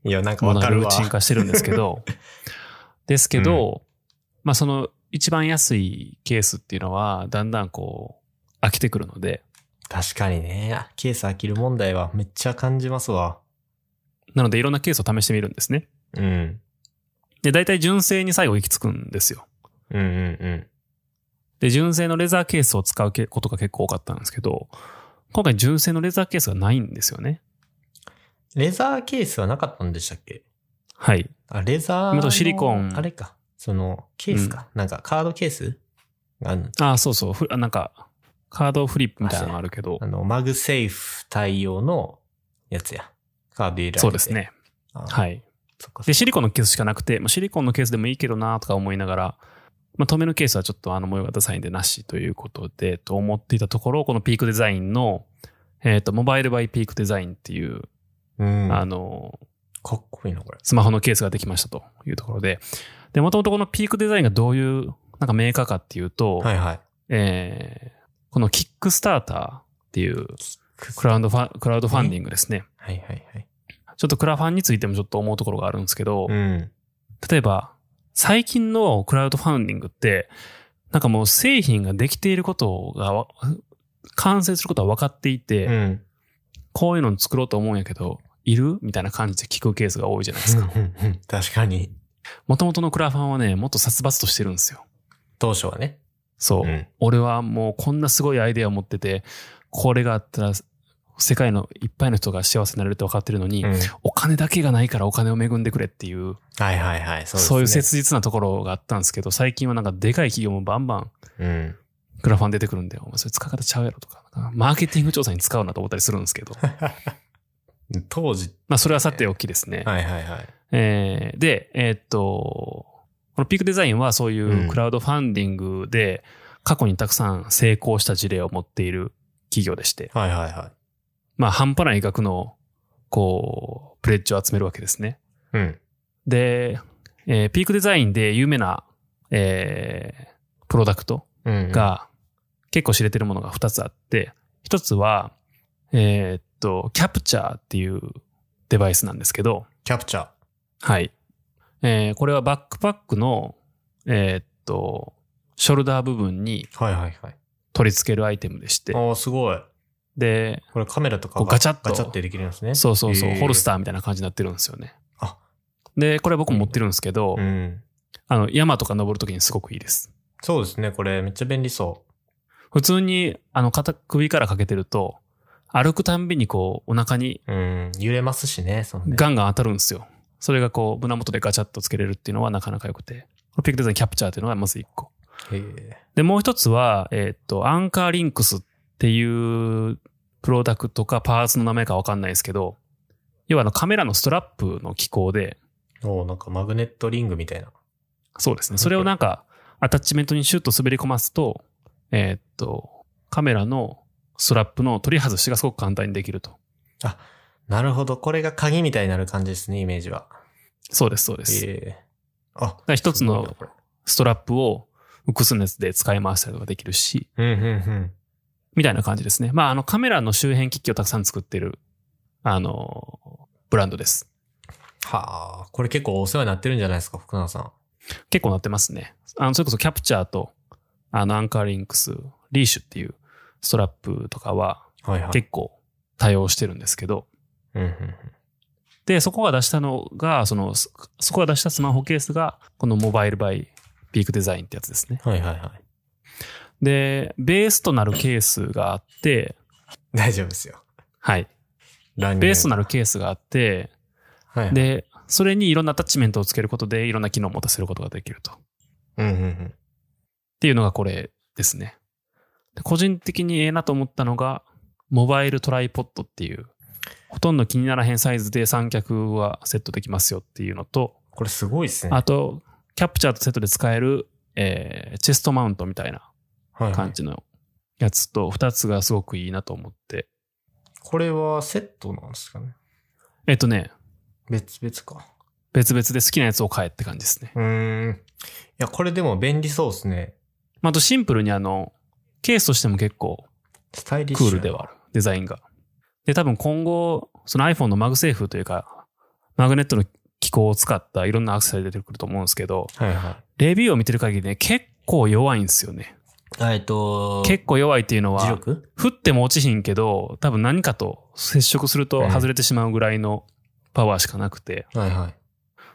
C: いや、なんか
B: もう
C: わ
B: なん
C: か
B: か
C: る
B: ル
C: わ
B: ー。チン化してるんですけど、ですけ ど、まあその一番安いケースっていうのは、だんだんこう、飽きてくるので、
C: 確かにね。ケース飽きる問題はめっちゃ感じますわ。
B: なのでいろんなケースを試してみるんですね。
C: うん。
B: で、大体純正に最後行き着くんですよ。
C: うんうん
B: で、純正のレザーケースを使うけことが結構多かったんですけど、今回純正のレザーケースがないんですよね。
C: うん。レザーケースはなかったんでしたっけ
B: はい。
C: あ、レザー
B: あ
C: の。
B: とシリコン
C: あれか。その、ケースか。なんかカードケースがあるの
B: ああ、そうそうふ。あなんか、カードフリップみたいなのがあるけど
C: あ、の、マグセーフ対応のやつや。カード入れられて。
B: そうです。ね。はいい。
C: そっかそ
B: で、
C: っ
B: シリコンのケースしかなくて、まあ、シリコンのケースでもいいけどなとか思いながら、まあ、透明のケースはちょっとあの模様がダサいんでなしということで、と思っていたところ、このピークデザインの、えっ、と、モバイルバイピークデザインっていう、
C: かうん。
B: あの、
C: かっこいいな、これ。
B: スマホのケースができましたというところで、で、もともとこのピークデザインがどういう、なんかメーカーかっていうと、
C: はいはい。
B: えーこのキックスターターっていうクラウドファンクラウドファンディングですね。
C: はいはいはい。
B: ちょっとクラファンについてもちょっと思うところがあるんですけど、
C: うん。
B: 例えば、最近のクラウドファンディングって、なんかもう製品ができていることがわ完成することは分かっていて、
C: うん。
B: こういうの作ろうと思うんやけど、いるみたいな感じで聞くケースが多いじゃないですか。
C: うんうんうん 確かに。
B: もともとのクラファンはね、もっと殺伐としてるんですよ。
C: 当初はね。
B: そう。
C: ん。
B: 俺はもうこんなすごいアイデアを持ってて、これがあったら世界のいっぱいの人が幸せになれるって分かってるのに、
C: うん
B: お金だけがないからお金を恵んでくれっていう、
C: はいはいはい。
B: そう,、
C: そう
B: いう
C: ですね
B: 切実なところがあったんですけど、最近はなんかでかい企業もバンバン
C: うん。
B: クラファン出てくるんで、お前それ使い方ちゃうやろとか、なんかマーケティング調査に使うなと思ったりするんですけど、
C: 当時。
B: まあそれはさておきですね。
C: はいはいはい。
B: えーで、えーっと、このピークデザインはそういうクラウドファンディングで過去にたくさん成功した事例を持っている企業でして、
C: はいはいは
B: まあ半端ない額の、こう、プレッジを集めるわけですね。
C: い。うん。
B: で、えーピークデザインで有名な、えープロダクト
C: うん。
B: が結構知れてるものが2つあって、1つは、えーっと、キャプチャーっていうデバイスなんですけど、
C: キャプチャー。
B: はい。えーこれはバックパックの、えーっと、ショルダー部分に
C: はいはいはい。
B: 取り付けるアイテムでして、
C: ああ、すごい。
B: で、
C: これカメラとか
B: こうガチャッと
C: ガチャってできるんですね。
B: そうそうそう、
C: へー
B: ホルスターみたいな感じになってるんですよね。
C: あ
B: で、これ僕も持ってるんですけど、
C: うん。
B: あの、山とか登るときにすごくいいです。
C: そうですね。これめっちゃ便利そ
B: 普通に、あの、肩、首からかけてると、歩くたんびにこう、お腹に
C: う。うん。揺れますしね、そのね。
B: ガンガン当たるんですよ。それがこう、胸元でガチャッとつけれるっていうのはなかなか良くて、このピックデザインキャプチャーっていうのがまず1個。
C: へえ。
B: で、もう一つは、えーっと、アンカーリンクスっていうプロダクトかパーツの名前かわかんないですけど、要はあのカメラのストラップの機構で、
C: おーなんかマグネットリングみたいな。
B: そうですね。それをなんか、アタッチメントにシュッと滑り込ますと、えーっと、カメラのストラップの取り外しがすごく簡単にできると。
C: なるほど。これが鍵みたいになる感じですね、イメージは。
B: そうです、そうです。だか
C: ええ。あ、
B: ら一つ
C: すごいな
B: の
C: これ
B: ストラップを複数のやつで使い回したりとかできるし、
C: うんうん
B: みたいな感じですね。まあ、あのカメラの周辺機器をたくさん作ってる、あの、ブランドです。
C: うん。はあ、これ結構お世話になってるんじゃないですか、福永さん。
B: 結構なってますね。あの、それこそキャプチャーと、あの、アンカーリンクス、リーシュっていうストラップとかは
C: はいはい。
B: 結構対応してるんですけど、
C: うんうんうん
B: で、そこが出したのが、その、そそこが出したスマホケースが、このモバイルバイピークデザインってやつですね。
C: はいはいはい。
B: で、ベースとなるケースがあって、
C: 大丈夫ですよ。
B: はい。
C: 乱入
B: ベースとなるケースがあって、
C: はいはい。
B: で、それにいろんなアタッチメントをつけることで、いろんな機能を持たせることができると。
C: うんうんうん。
B: っていうのがこれですね。で個人的にええなと思ったのが、モバイルトライポッドっていう、ほとんど気にならへんサイズで三脚はセットできますよっていうのと、
C: これすごいですね。
B: あと、キャプチャーとセットで使える、えーチェストマウントみたいな
C: はいはい
B: 感じのやつと、二つがすごくいいなと思って。
C: これはセットなんですかね。
B: えっとね、
C: 別々か。
B: 別々で好きなやつを買えって感じですね。
C: うーん。いや、これでも便利そうですね。
B: まああとシンプルにあの、ケースとしても結構
C: スタイリッシ
B: ク
C: ュ。
B: ールではある、デザインが。で、多分今後、その iPhone のマグセーフというか、マグネットの機構を使ったいろんなアクセサリー出てくると思うんですけど、
C: はいは
B: レビューを見てる限りね、結構弱いんですよね。
C: い。あえっと、
B: 結構弱いっていうの
C: 磁
B: は、
C: 力
B: 降っても落ちひんけど、多分何かと接触すると外れてしまうぐらいのパワーしかなくて、
C: はいはい。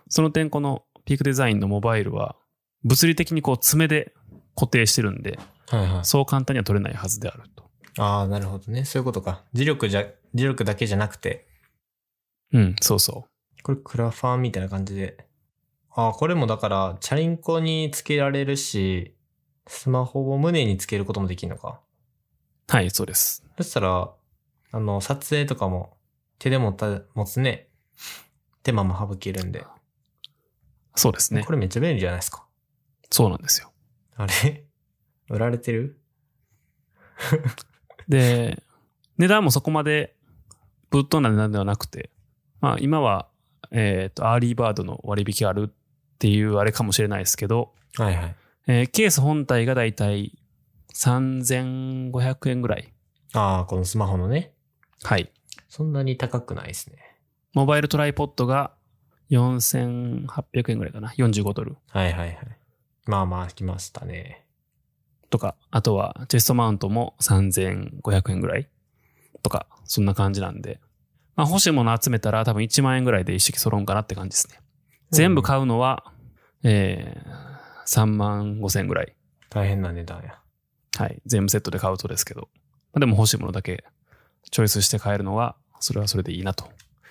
B: その点このピークデザインのモバイルは、物理的にこう爪で固定してるんで、
C: はいはい。
B: そう簡単には取れないはずであると。
C: ああ、なるほどね。そういうことか。磁力じゃ、磁力だけじゃなくて、
B: うん、そうそ
C: これクラファンみたいな感じで。ああ、これもだから、チャリンコにつけられるし、スマホを胸につけることもできるのか。
B: う。はい、そうです。
C: そしたら、あの、撮影とかも手で持った、持つね。手間も省けるんで。
B: そうですね
C: こ。れめっちゃ便利じゃないですか。
B: そうなんですよ。
C: あれ 売られてる
B: で、値段もそこまでぶっ飛んだ値段ではなくて、まあ今は、えっ、と、アーリーバードの割引があるっていうあれかもしれないですけど、
C: はいはい。
B: えーケース本体がだいたい3500円ぐらい。
C: ああ、このスマホのね。
B: はい。
C: そんなに高くないですね。
B: モバイルトライポッドが4800円ぐらいかな。45ドル。
C: はいはいはい。まあまあ、来ましたね。
B: とか、あとはチェストマウントも3500円ぐらいとか、そんな感じなんで。まあ欲しいもの集めたら多分1万円ぐらいで一式揃うんかなって感じですね。全部買うのは、えー、3万5千円ぐらい。
C: 大変な値段や。
B: はい。全部セットで買うとですけど。まあ、でも欲しいものだけチョイスして買えるのは、それはそれでいいなと。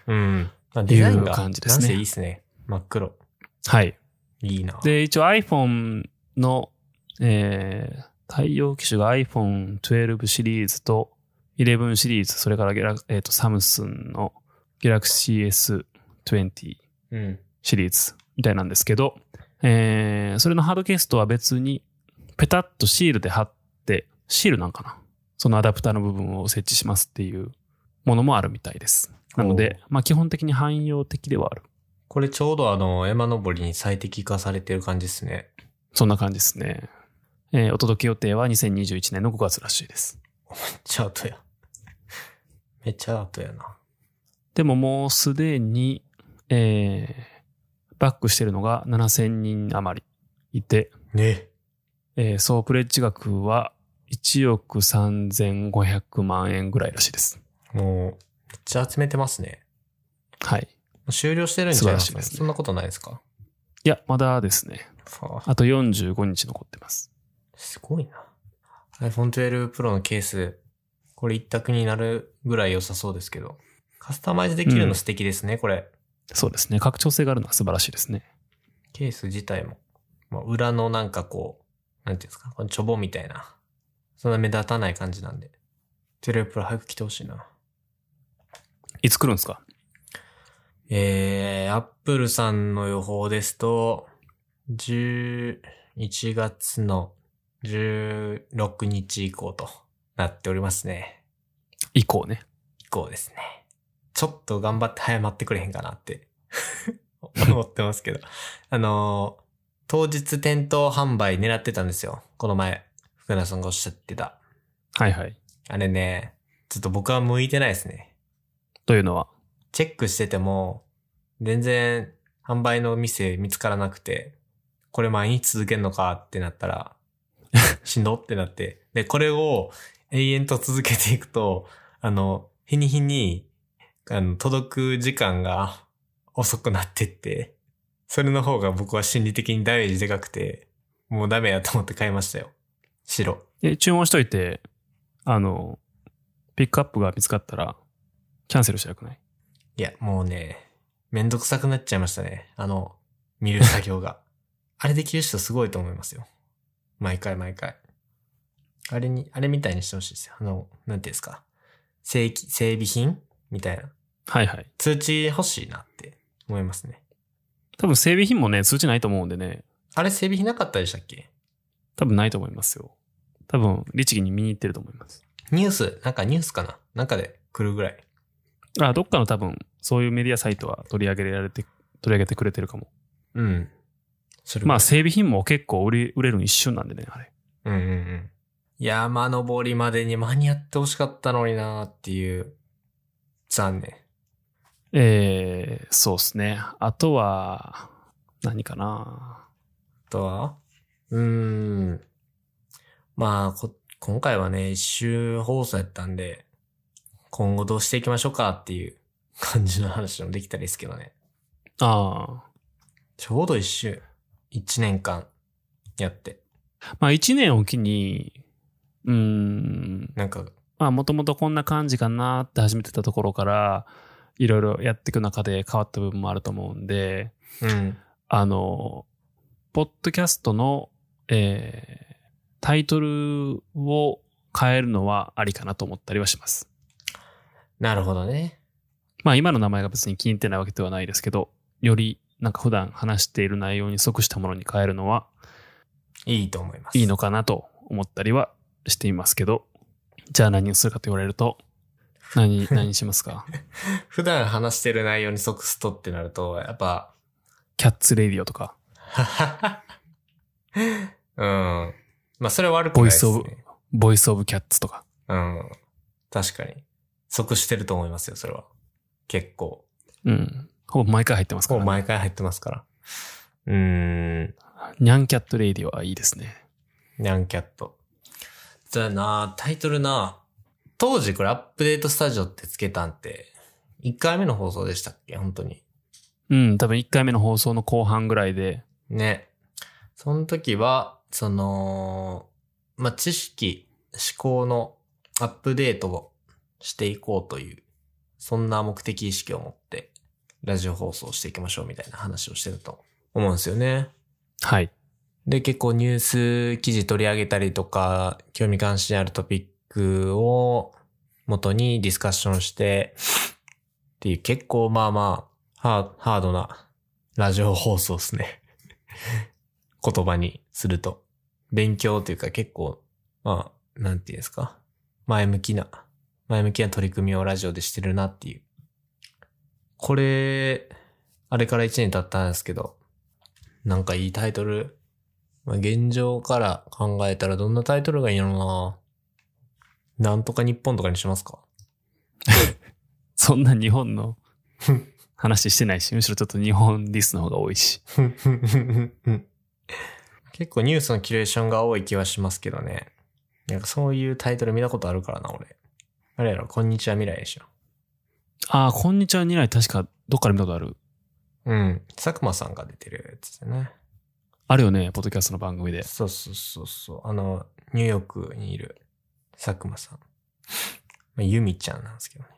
C: うん。まあ、デザイン
B: い
C: が
B: う感じですね
C: なんせいいっすね。真っ黒。
B: はい。
C: いいな。
B: で、一応 iPhone の、えー、対応機種が iPhone12 シリーズと11シリーズ、それからギャラ、えー、とサムスンの Galaxy S20
C: うん。
B: シリーズみたいなんですけど、えー、それのハードケースとは別に、ペタッとシールで貼って、シールなんかなそのアダプターの部分を設置しますっていうものもあるみたいです。なので、まあ基本的に汎用的ではある。
C: これちょうどあの、山登りに最適化されてる感じですね。
B: そんな感じですね。えーお届け予定は2021年の5月らしいです。
C: めっちゃ後や。めっちゃ後やな。
B: でももうすでに、えーバックしてるのが7000人余りいて、
C: ね。
B: えー総プレッジ額は1億3500万円ぐらいらしいです。
C: もう、めっちゃ集めてますね。
B: はい。
C: もう終了してるんじゃないです
B: 素晴らしい
C: か。
B: ですね
C: そんなことないですか。
B: いや、まだですね。
C: はあ
B: あと45日残ってます。
C: すごいな。iPhone 12 Pro のケース、これ一択になるぐらい良さそうですけど。カスタマイズできるの素敵ですね、これ。
B: そうですね。拡張性があるのは素晴らしいですね。
C: ケース自体も。まあ、裏のなんかこう、なんていうんですか、このチョボみたいな。そんな目立たない感じなんで。12 Pro 早く来てほしいな。
B: いつ来るんですか
C: えー、Apple さんの予報ですと、11月の16日以降となっておりますね。
B: 以降ね。
C: 以降ですね。ちょっと頑張って早まってくれへんかなって 思ってますけど。あのー当日店頭販売狙ってたんですよ。この前、福田さんがおっしゃってた。
B: はいはい。
C: あれね、ちょっと僕は向いてないですね。
B: というのは。
C: チェックしてても、全然販売の店見つからなくて、これ毎日続けんのかってなったら、しんどってなって。で、これを永遠と続けていくと、あの、日に日に、あの、届く時間が遅くなってって、それの方が僕は心理的にダメージでかくて、もうダメやと思って買いましたよ。白。
B: え、注文しといて、あの、ピックアップが見つかったら、キャンセルしたくない
C: いや、もうね、めんどくさくなっちゃいましたね。あの、見る作業 が。あれできる人すごいと思いますよ。毎回毎回。あれに、あれみたいにしてほしいですよ。あの、なんていうんですか。正規、整備品みたいな。
B: はいはい。
C: 通知欲しいなって思いますね。
B: 多分整備品もね、通知ないと思うんでね、
C: あれ整備品なかったでしたっけ
B: 多分ないと思いますよ。多分、律儀に見に行ってると思います。
C: ニュース、なんかニュースかななんかで来るぐらい。
B: あ、どっかの多分、そういうメディアサイトは取り上げられて、取り上げてくれてるかも。
C: うん。それ
B: まあ、整備品も結構売り、売れるの一瞬なんでね、あれ。
C: うんうんうん。山登りまでに間に合ってほしかったのになーっていう、残念。
B: えー、そうですね。あとは、何かな
C: あとはうーん。まあ、こ、今回はね、一周放送やったんで、今後どうしていきましょうかっていう感じの話もできたりですけどね。
B: あ
C: ちょうど一周、一年間やって、
B: あ。まあ、一年を機に、うーん、
C: なんか、
B: まあ、もともとこんな感じかなって始めてたところから、いろいろやっていく中で変わった部分もあると思うんで、
C: うん。
B: あの、ポッドキャストの、えータイトルを変えるのはありかなと思ったりはします。
C: なるほどね。
B: まあ今の名前が別に気に入ってないわけではないですけど、よりなんか普段話している内容に即したものに変えるのはい
C: いと思います。
B: いいのかなと思ったりはしていますけど、じゃあ何をするかと言われると、何、何しますか
C: 普段話してる内容に即ストってなると、やっぱ、
B: キャッツレディオとか、
C: うん。まあ、それは悪くないです
B: ボイスオブ
C: ね。
B: ボイスオブキャッツとか。
C: うん。確かに。即してると思いますよ、それは。結構。
B: うん。ほぼ毎回入ってますか
C: もう
B: ら、ね。
C: 毎回入ってますから。うーん。
B: ニャンキャットレディオはいいですね。
C: ニャンキャット。だなタイトルな当時これアップデートスタジオってつけたんって、1回目の放送でしたっけ本当に。
B: うん、多分1回目の放送の後半ぐらいで。
C: ね。その時は、その、まあ、知識、思考のアップデートをしていこうという、そんな目的意識を持って、ラジオ放送していきましょうみたいな話をしてたと思うんですよね。
B: はい。
C: で、結構ニュース記事取り上げたりとか、興味関心あるトピックを元にディスカッションして、っていう結構まあまあ、ハーハードなラジオ放送ですね。 言葉にすると。勉強というか結構、まあ、なんていうんですか。前向きな、前向きな取り組みをラジオでしてるなっていう。これ、あれから1年経ったんですけど、なんかいいタイトルまあ、現状から考えたらどんなタイトルがいいのかななんとか日本とかにします か
B: そんな日本の話してないし、むしろちょっと日本ディスの方が多いし。
C: 結構ニュースのキュレーションが多い気はしますけどね。なんかそういうタイトル見たことあるからな、俺。あれやろ、こんにちは未来でしょ。
B: ああ、こんにちは未来確かどっから見たことある。
C: うん。佐久間さんが出てるやつだね。
B: あるよね、ポッドキャストの番組で。
C: そうそうそうそう。あの、ニューヨークにいる佐久間さん。まあ、ゆみちゃんなんですけどね。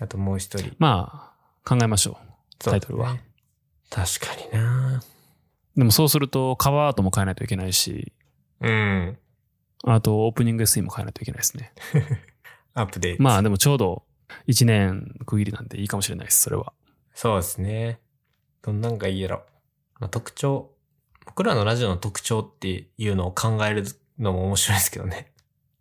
C: あともう一人。
B: まあ、考えましょタイトルは
C: そうね。確かにな
B: う。でもそうすると、カバーアートも変えないといけないし、
C: うん。
B: あとオープニング SE も変えないといけないですね。
C: アップデート。
B: まあでもちょうど1年区切りなんでいいかもしれないです、それは。
C: そうですね。どんなんがいいやろ。まあ、特徴。僕らのラジオの特徴っていうのを考えるのも面白いですけどね。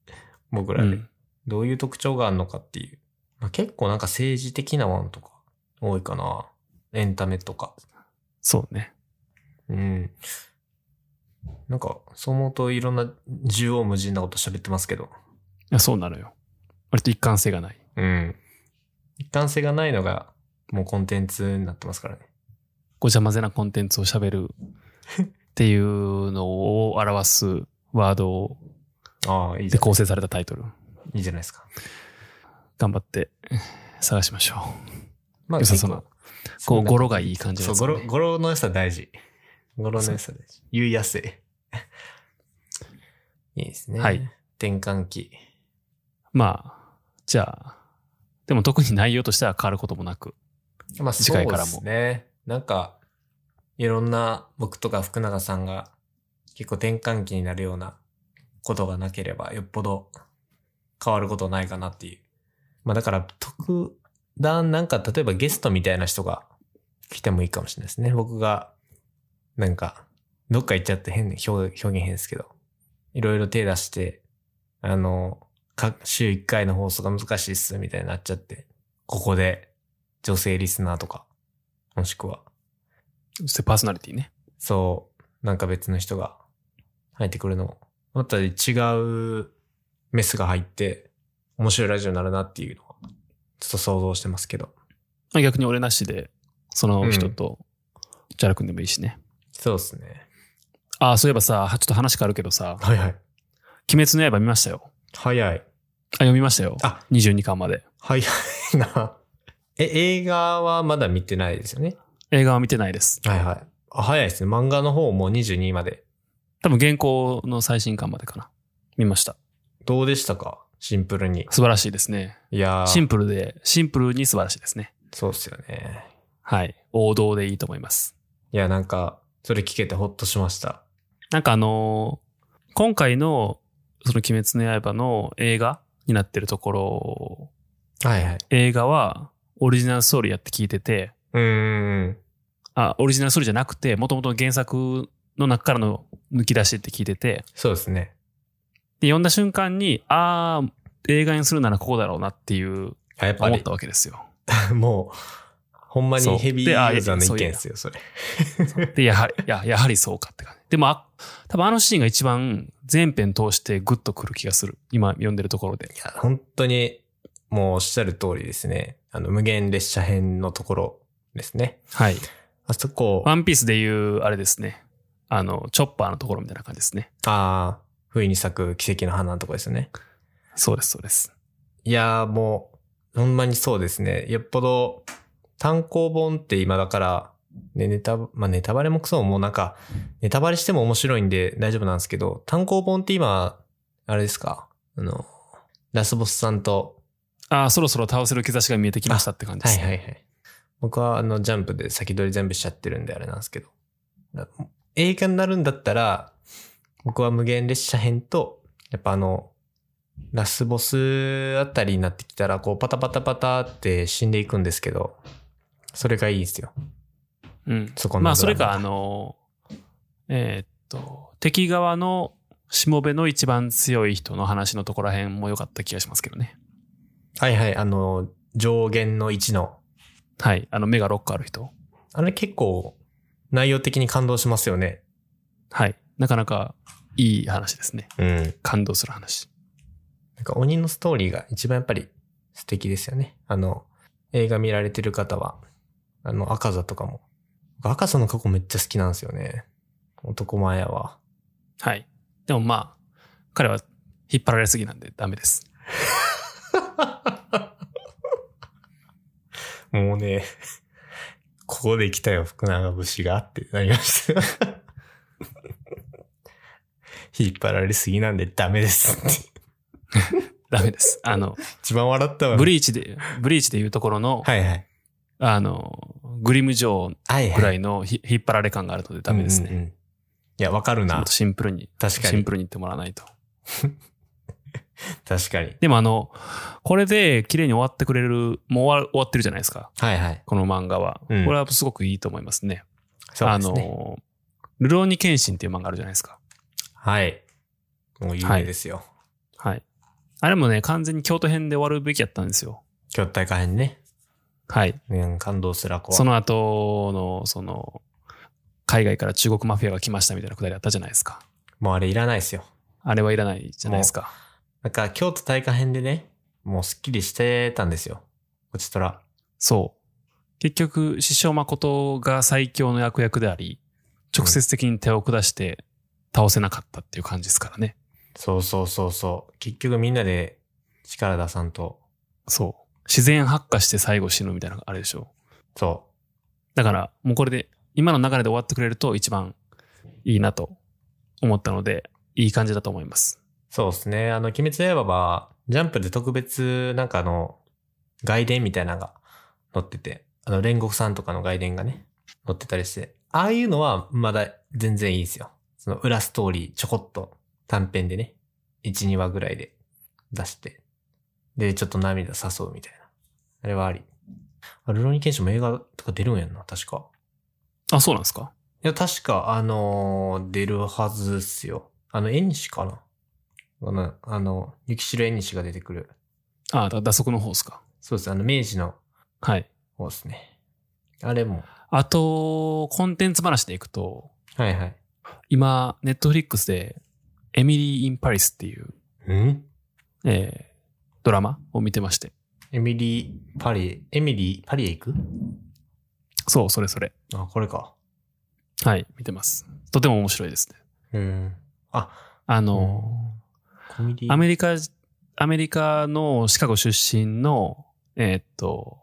C: 僕ら
B: う
C: で。
B: ん。
C: どういう特徴があるのかっていう。まあ、結構なんか政治的なものとか多いかな。エンタメとか。
B: そうね。
C: うん。なんか、そう思うといろんな縦横無尽なこと喋ってますけど。
B: いや、そうなのよ。割と一貫性がない。
C: うん。一貫性がないのがもうコンテンツになってますからね。
B: ごちゃ混ぜなコンテンツを喋るっていうのを表すワード
C: ああ、いいじ
B: で
C: ゃん
B: 構成されたタイトル。
C: いいじゃないですか。
B: 頑張って探しましょ
C: ま
B: 良さそ
C: 結
B: う
C: 構
B: なこう語呂がいい感じの
C: そ
B: や
C: う、
B: つ
C: ゴ
B: ね
C: ロ、ゴロの良さ大事。ゴロの良さ大事。言いやすい。いいですね。
B: はい。
C: 転換期。
B: う。まあ、じゃあ、でも特に内容としては変わることもなく。
C: まあ、
B: 次
C: そう
B: 回から
C: で
B: も
C: すね。なんか、いろんな僕とか福永さんが結構転換期になるようなことがなければ、よっぽど変わることないかなっていう。まあ、だから、特段なんか、例えばゲストみたいな人が来てもいいかもしれないですね。僕が、なんか、どっか行っちゃって変、表表現変ですけど、いろいろ手出して、あの、か週1回の放送が難しいっす、みたいになっちゃって、ここで女性リスナーとか、もしくは、
B: そしてパーソナリティね。
C: そう、なんか別の人が入ってくるのも、また違うメスが入って、面白いラジオになるなっていうのは、ちょっと想像してますけど。
B: まあ逆に俺なしで、その人と、じゃらくんでもいいしね。
C: そうですね。
B: ああ、そういえばさ、ちょっと話変わるけどさ、
C: はいはい。
B: 鬼滅の刃見ましたよ。
C: 早い。
B: あ、読みましたよ。
C: あ、
B: 22巻まで。
C: 早いな。え、映画はまだ見てないですよね。
B: 映画は見てないです。
C: はいはい。あ早いですね。漫画の方も22まで。
B: 多分原稿の最新巻までかな。見ました。
C: どうでしたかシンプルに。
B: 素晴らしいですね。
C: いやー
B: シンプルで、シンプルに素晴らしいですね。
C: そうっすよね。
B: はい。王道でいいと思います。
C: いや、なんか、それ聞けてほっとしました。
B: なんかあのー今回の、その鬼滅の刃の映画になってるところ、
C: はいはい。
B: 映画はオリジナルストーリーやって聞いてて、
C: うーん。
B: あ、オリジナルストーリーじゃなくて、元々の原作の中からの抜き出しって聞いてて、
C: そうですね。
B: で、読んだ瞬間に、あー、映画にするならここだろうなっていう、
C: あやっぱ
B: 思っ
C: り
B: た、わけですよ。
C: もう、ほんま
B: そ
C: に
B: う
C: ヘビーユ
B: であ
C: ーザーの
B: いや
C: 意見ですよ、それ。
B: で、やはり、いや、やはりそうかって感じ。でも、あ、多分あのシーンが一番全編通してグッとくる気がする。今読んでるところで
C: い。や、本当に、もうおっしゃる通りですね。あの、無限列車編のところですね。
B: はい。
C: あそこ、
B: ワンピースでいう、あれですね。あの、チョッパーのところみたいな感じですね。
C: ああ、不意に咲く奇跡の花のとこですよね。
B: そうです、そうです。
C: いやーもう、ほんまにそうですね。よっぽど、単行本って今だから、ね、ネタ、まあネタバレもクソももうなんか、ネタバレしても面白いんで大丈夫なんですけど、単行本って今、あれですかあの、ラスボスさんと、
B: ああ、そろそろ倒せる兆しが見えてきましたって感じで
C: はい
B: す。
C: はいはい。僕はあのジャンプで先取り全部しちゃってるんであれなんですけど。だ映画になるんだったら、僕は無限列車編と、やっぱあの、ラスボスあたりになってきたら、こうパタパタパタって死んでいくんですけど、それがいいですよ。
B: うん。
C: そこの
B: まあ、それ
C: ドラ
B: か、あの、えーっと、敵側のしもべの一番強い人の話のところら辺も良かった気がしますけどね。
C: マ。はいはい、あの、上限の1の。
B: はい。あの、目が6個ある人。
C: あれ結構、内容的に感動しますよね。
B: はい。なかなかいい話ですね。
C: うん。
B: 感動する話。
C: なんか鬼のストーリーが一番やっぱり素敵ですよね。あの、映画見られてる方は、あの、赤座とかも。僕赤座の過去めっちゃ好きなんですよね。男前やわ。
B: はい。でもまあ、彼は引っ張られすぎなんでダメです。
C: もうね、ここで来たよ、福永節がってなりました。 引っ張られすぎなんでダメですって。
B: ダメ です。あの、
C: 一番笑ったわ。
B: ブリーチで、ブリーチでいうところの、
C: はいはい。
B: あの、グリムジョー
C: はいはい。
B: ぐらいのひ引っ張られ感があるのでダメですね。
C: うんうんうんいや、わかる
B: も
C: な
B: っと。シンプルに、
C: 確か
B: シン
C: に。
B: プルに言ってもらわないと。
C: 確かに。
B: でもあの、これで綺麗に終わってくれる、もう終わ終わってるじゃないですか。
C: はいはい。
B: この漫画は。
C: うん
B: これはすごくいいと思いますね。
C: そう
B: あ
C: ですね。
B: の、ルローニケンシンっていう漫画あるじゃないですか。
C: はい。もう有名ですよ。
B: はい。あれもね、完全に京都編で終わるべきやったんですよ。
C: 巨体化編ね。
B: はい。
C: うん、感動すらこう。
B: その後の、その、海外から中国マフィアが来ましたみたいなくだりあったじゃないですか。
C: もうあれいらないですよ。
B: あれはいらないじゃないですか。
C: なんか、京都大化編でね、もうスッキリしてたんですよ。こちとら。
B: そう。結局、師匠誠が最強の悪役であり、直接的に手を下して倒せなかったっていう感じですからね。
C: そうそうそうそう。結局みんなで力出さんと。
B: そう。自然発火して最後死ぬみたいな、あれでしょ。
C: そ
B: だから、もうこれで、今の流れで終わってくれると一番いいなと思ったので、いい感じだと思います。
C: う。そうですね。あの、鬼滅の刃は、ジャンプで特別、なんかあの、外伝みたいなのが載ってて、あの、煉獄さんとかの外伝がね、載ってたりして、ああいうのはまだ全然いいですよ。その裏ストーリーちょこっと短編でね、1、2話ぐらいで出して、で、ちょっと涙誘うみたいな。あれはあり。あルロニケンシンも映画とか出るんやんな、確か。
B: あ、そうなんですか
C: いや、確か、あのー出るはずっすよ。あの、縁西かなあの、あの、雪城縁西が出てくる。
B: あ、だ打足の方ですか。
C: そうです、あの、明治の
B: はい。
C: 方ですね。あれも。
B: あと、コンテンツ話でいくと、
C: はいはい。
B: 今、ネットフリックスで、エミリー・イン・パリスっていう、
C: うん
B: えードラマを見てまして。
C: エミリー、パリ、エミリー、パリへ行く
B: そう、それそれ。
C: あ、これか。
B: はい、見てます。とても面白いですね。
C: うん。
B: あ
C: う
B: の、
C: んコメディ
B: アメリカ、アメリカのシカゴ出身の、えーっと、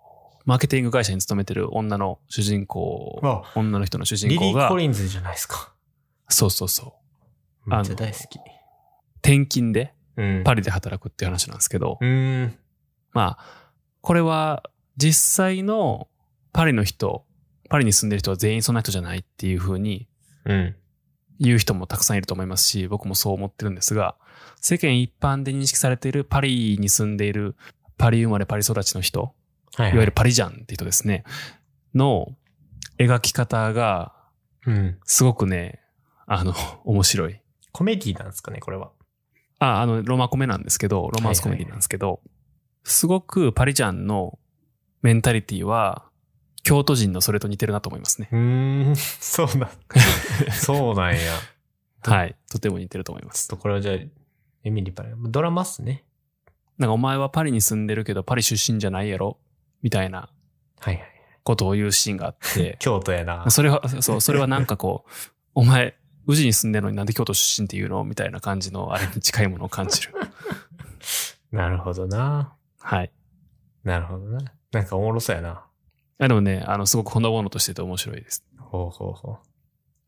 B: マーケティング会社に勤めてる女の主人公、
C: あ、
B: 女の人の主人
C: リ
B: 公
C: リー・
B: が
C: コ、リンズじゃないですか。
B: そうそうそう、あの
C: めっちゃ大好き。
B: 転勤で
C: うん。
B: パ
C: リ。
B: リで働くっていう話なんですけど、
C: うん。
B: まあ、これは実際のパリの人、パリに住んでる人は全員そんな人じゃないっていう風に
C: うん。
B: 言う人もたくさんいると思いますし、僕もそう思ってるんですが、世間一般で認識されているパリに住んでいるパリ生まれパリ育ちの人、
C: はいい、
B: わゆるパリジャンって人ですね、の描き方が
C: うん。
B: すごくね、あの、面白い。
C: コメディなんですかね、これは。
B: あ、あの、ロマコメなんですけど、ロマンスコメディなんですけど、すごくパリジャンのメンタリティは、京都人のそれと似てるなと思いますね。
C: うーん、 そうだ。そうなんや。
B: はい。とても似てると思いま
C: ちょっ
B: す。
C: とこれはじゃあ、エミリー・パリ。ドラマっすね。
B: なんかお前はパリに住んでるけど、パリ出身じゃないやろみたいな
C: はいはい。 、
B: ことを言うシーンがあって
C: 京都やな。
B: それは、そう、それはなんかこう、お前、宇治に住んでるのになんで京都出身っていうのみたいな感じのあれに近いものを感じる。
C: なるほどな。
B: はい。
C: なるほどな。なんかおもろそうやな。
B: あでもね、あの、すごくほのぼのとしてて面白いです。
C: ほうほうほ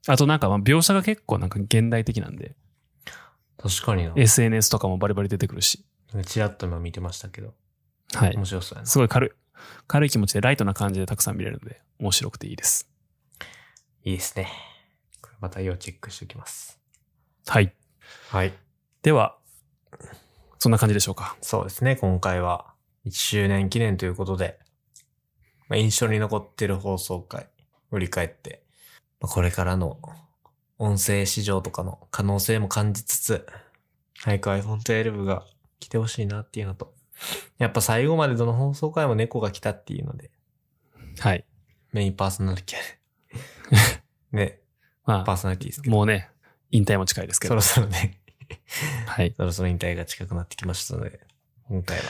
B: あとなんか、まあ描写が結構なんか現代的なんで、
C: う。確かにな。
B: SNS とかもバリバリ出てくるし、
C: ちらっと今見てましたけど。
B: はい。
C: 面白そうやな。
B: すごい軽い、軽い気持ちでライトな感じでたくさん見れるので、面白くていいです。
C: いいですね。これまた要チェックしておきます。
B: はい。
C: はい。
B: では、そんな感じでしょうか。
C: そうですね。今回は1周年記念ということで、まあ、印象に残ってる放送回、振り返って、まあこれからの音声市場とかの可能性も感じつつ、早く iPhone12 が来てほしいなっていうのと、やっぱ最後までどの放送回も猫が来たっていうので、
B: はい。
C: メインパーソナリティ ね、
B: ま
C: パー
B: あ、
C: ソナリティですけど、
B: もうね、引退も近いですけ
C: そ
B: ど
C: ろ、そろね、
B: はい。
C: そろそろ引退が近くなってきましたので、今回は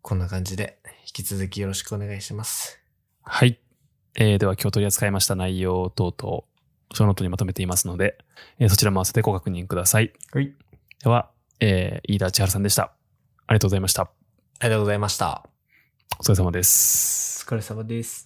C: こんな感じで引き続きよろしくお願いします。
B: はい。えーでは今日取り扱いました内容等々、ショーノートにまとめていますので、えーそちらも合わせてご確認ください。
C: はい。
B: では、えー飯田千春さんでした。ありがとうございました。
C: ありがとうございました。
B: お疲れ様です
C: お。疲れ様です。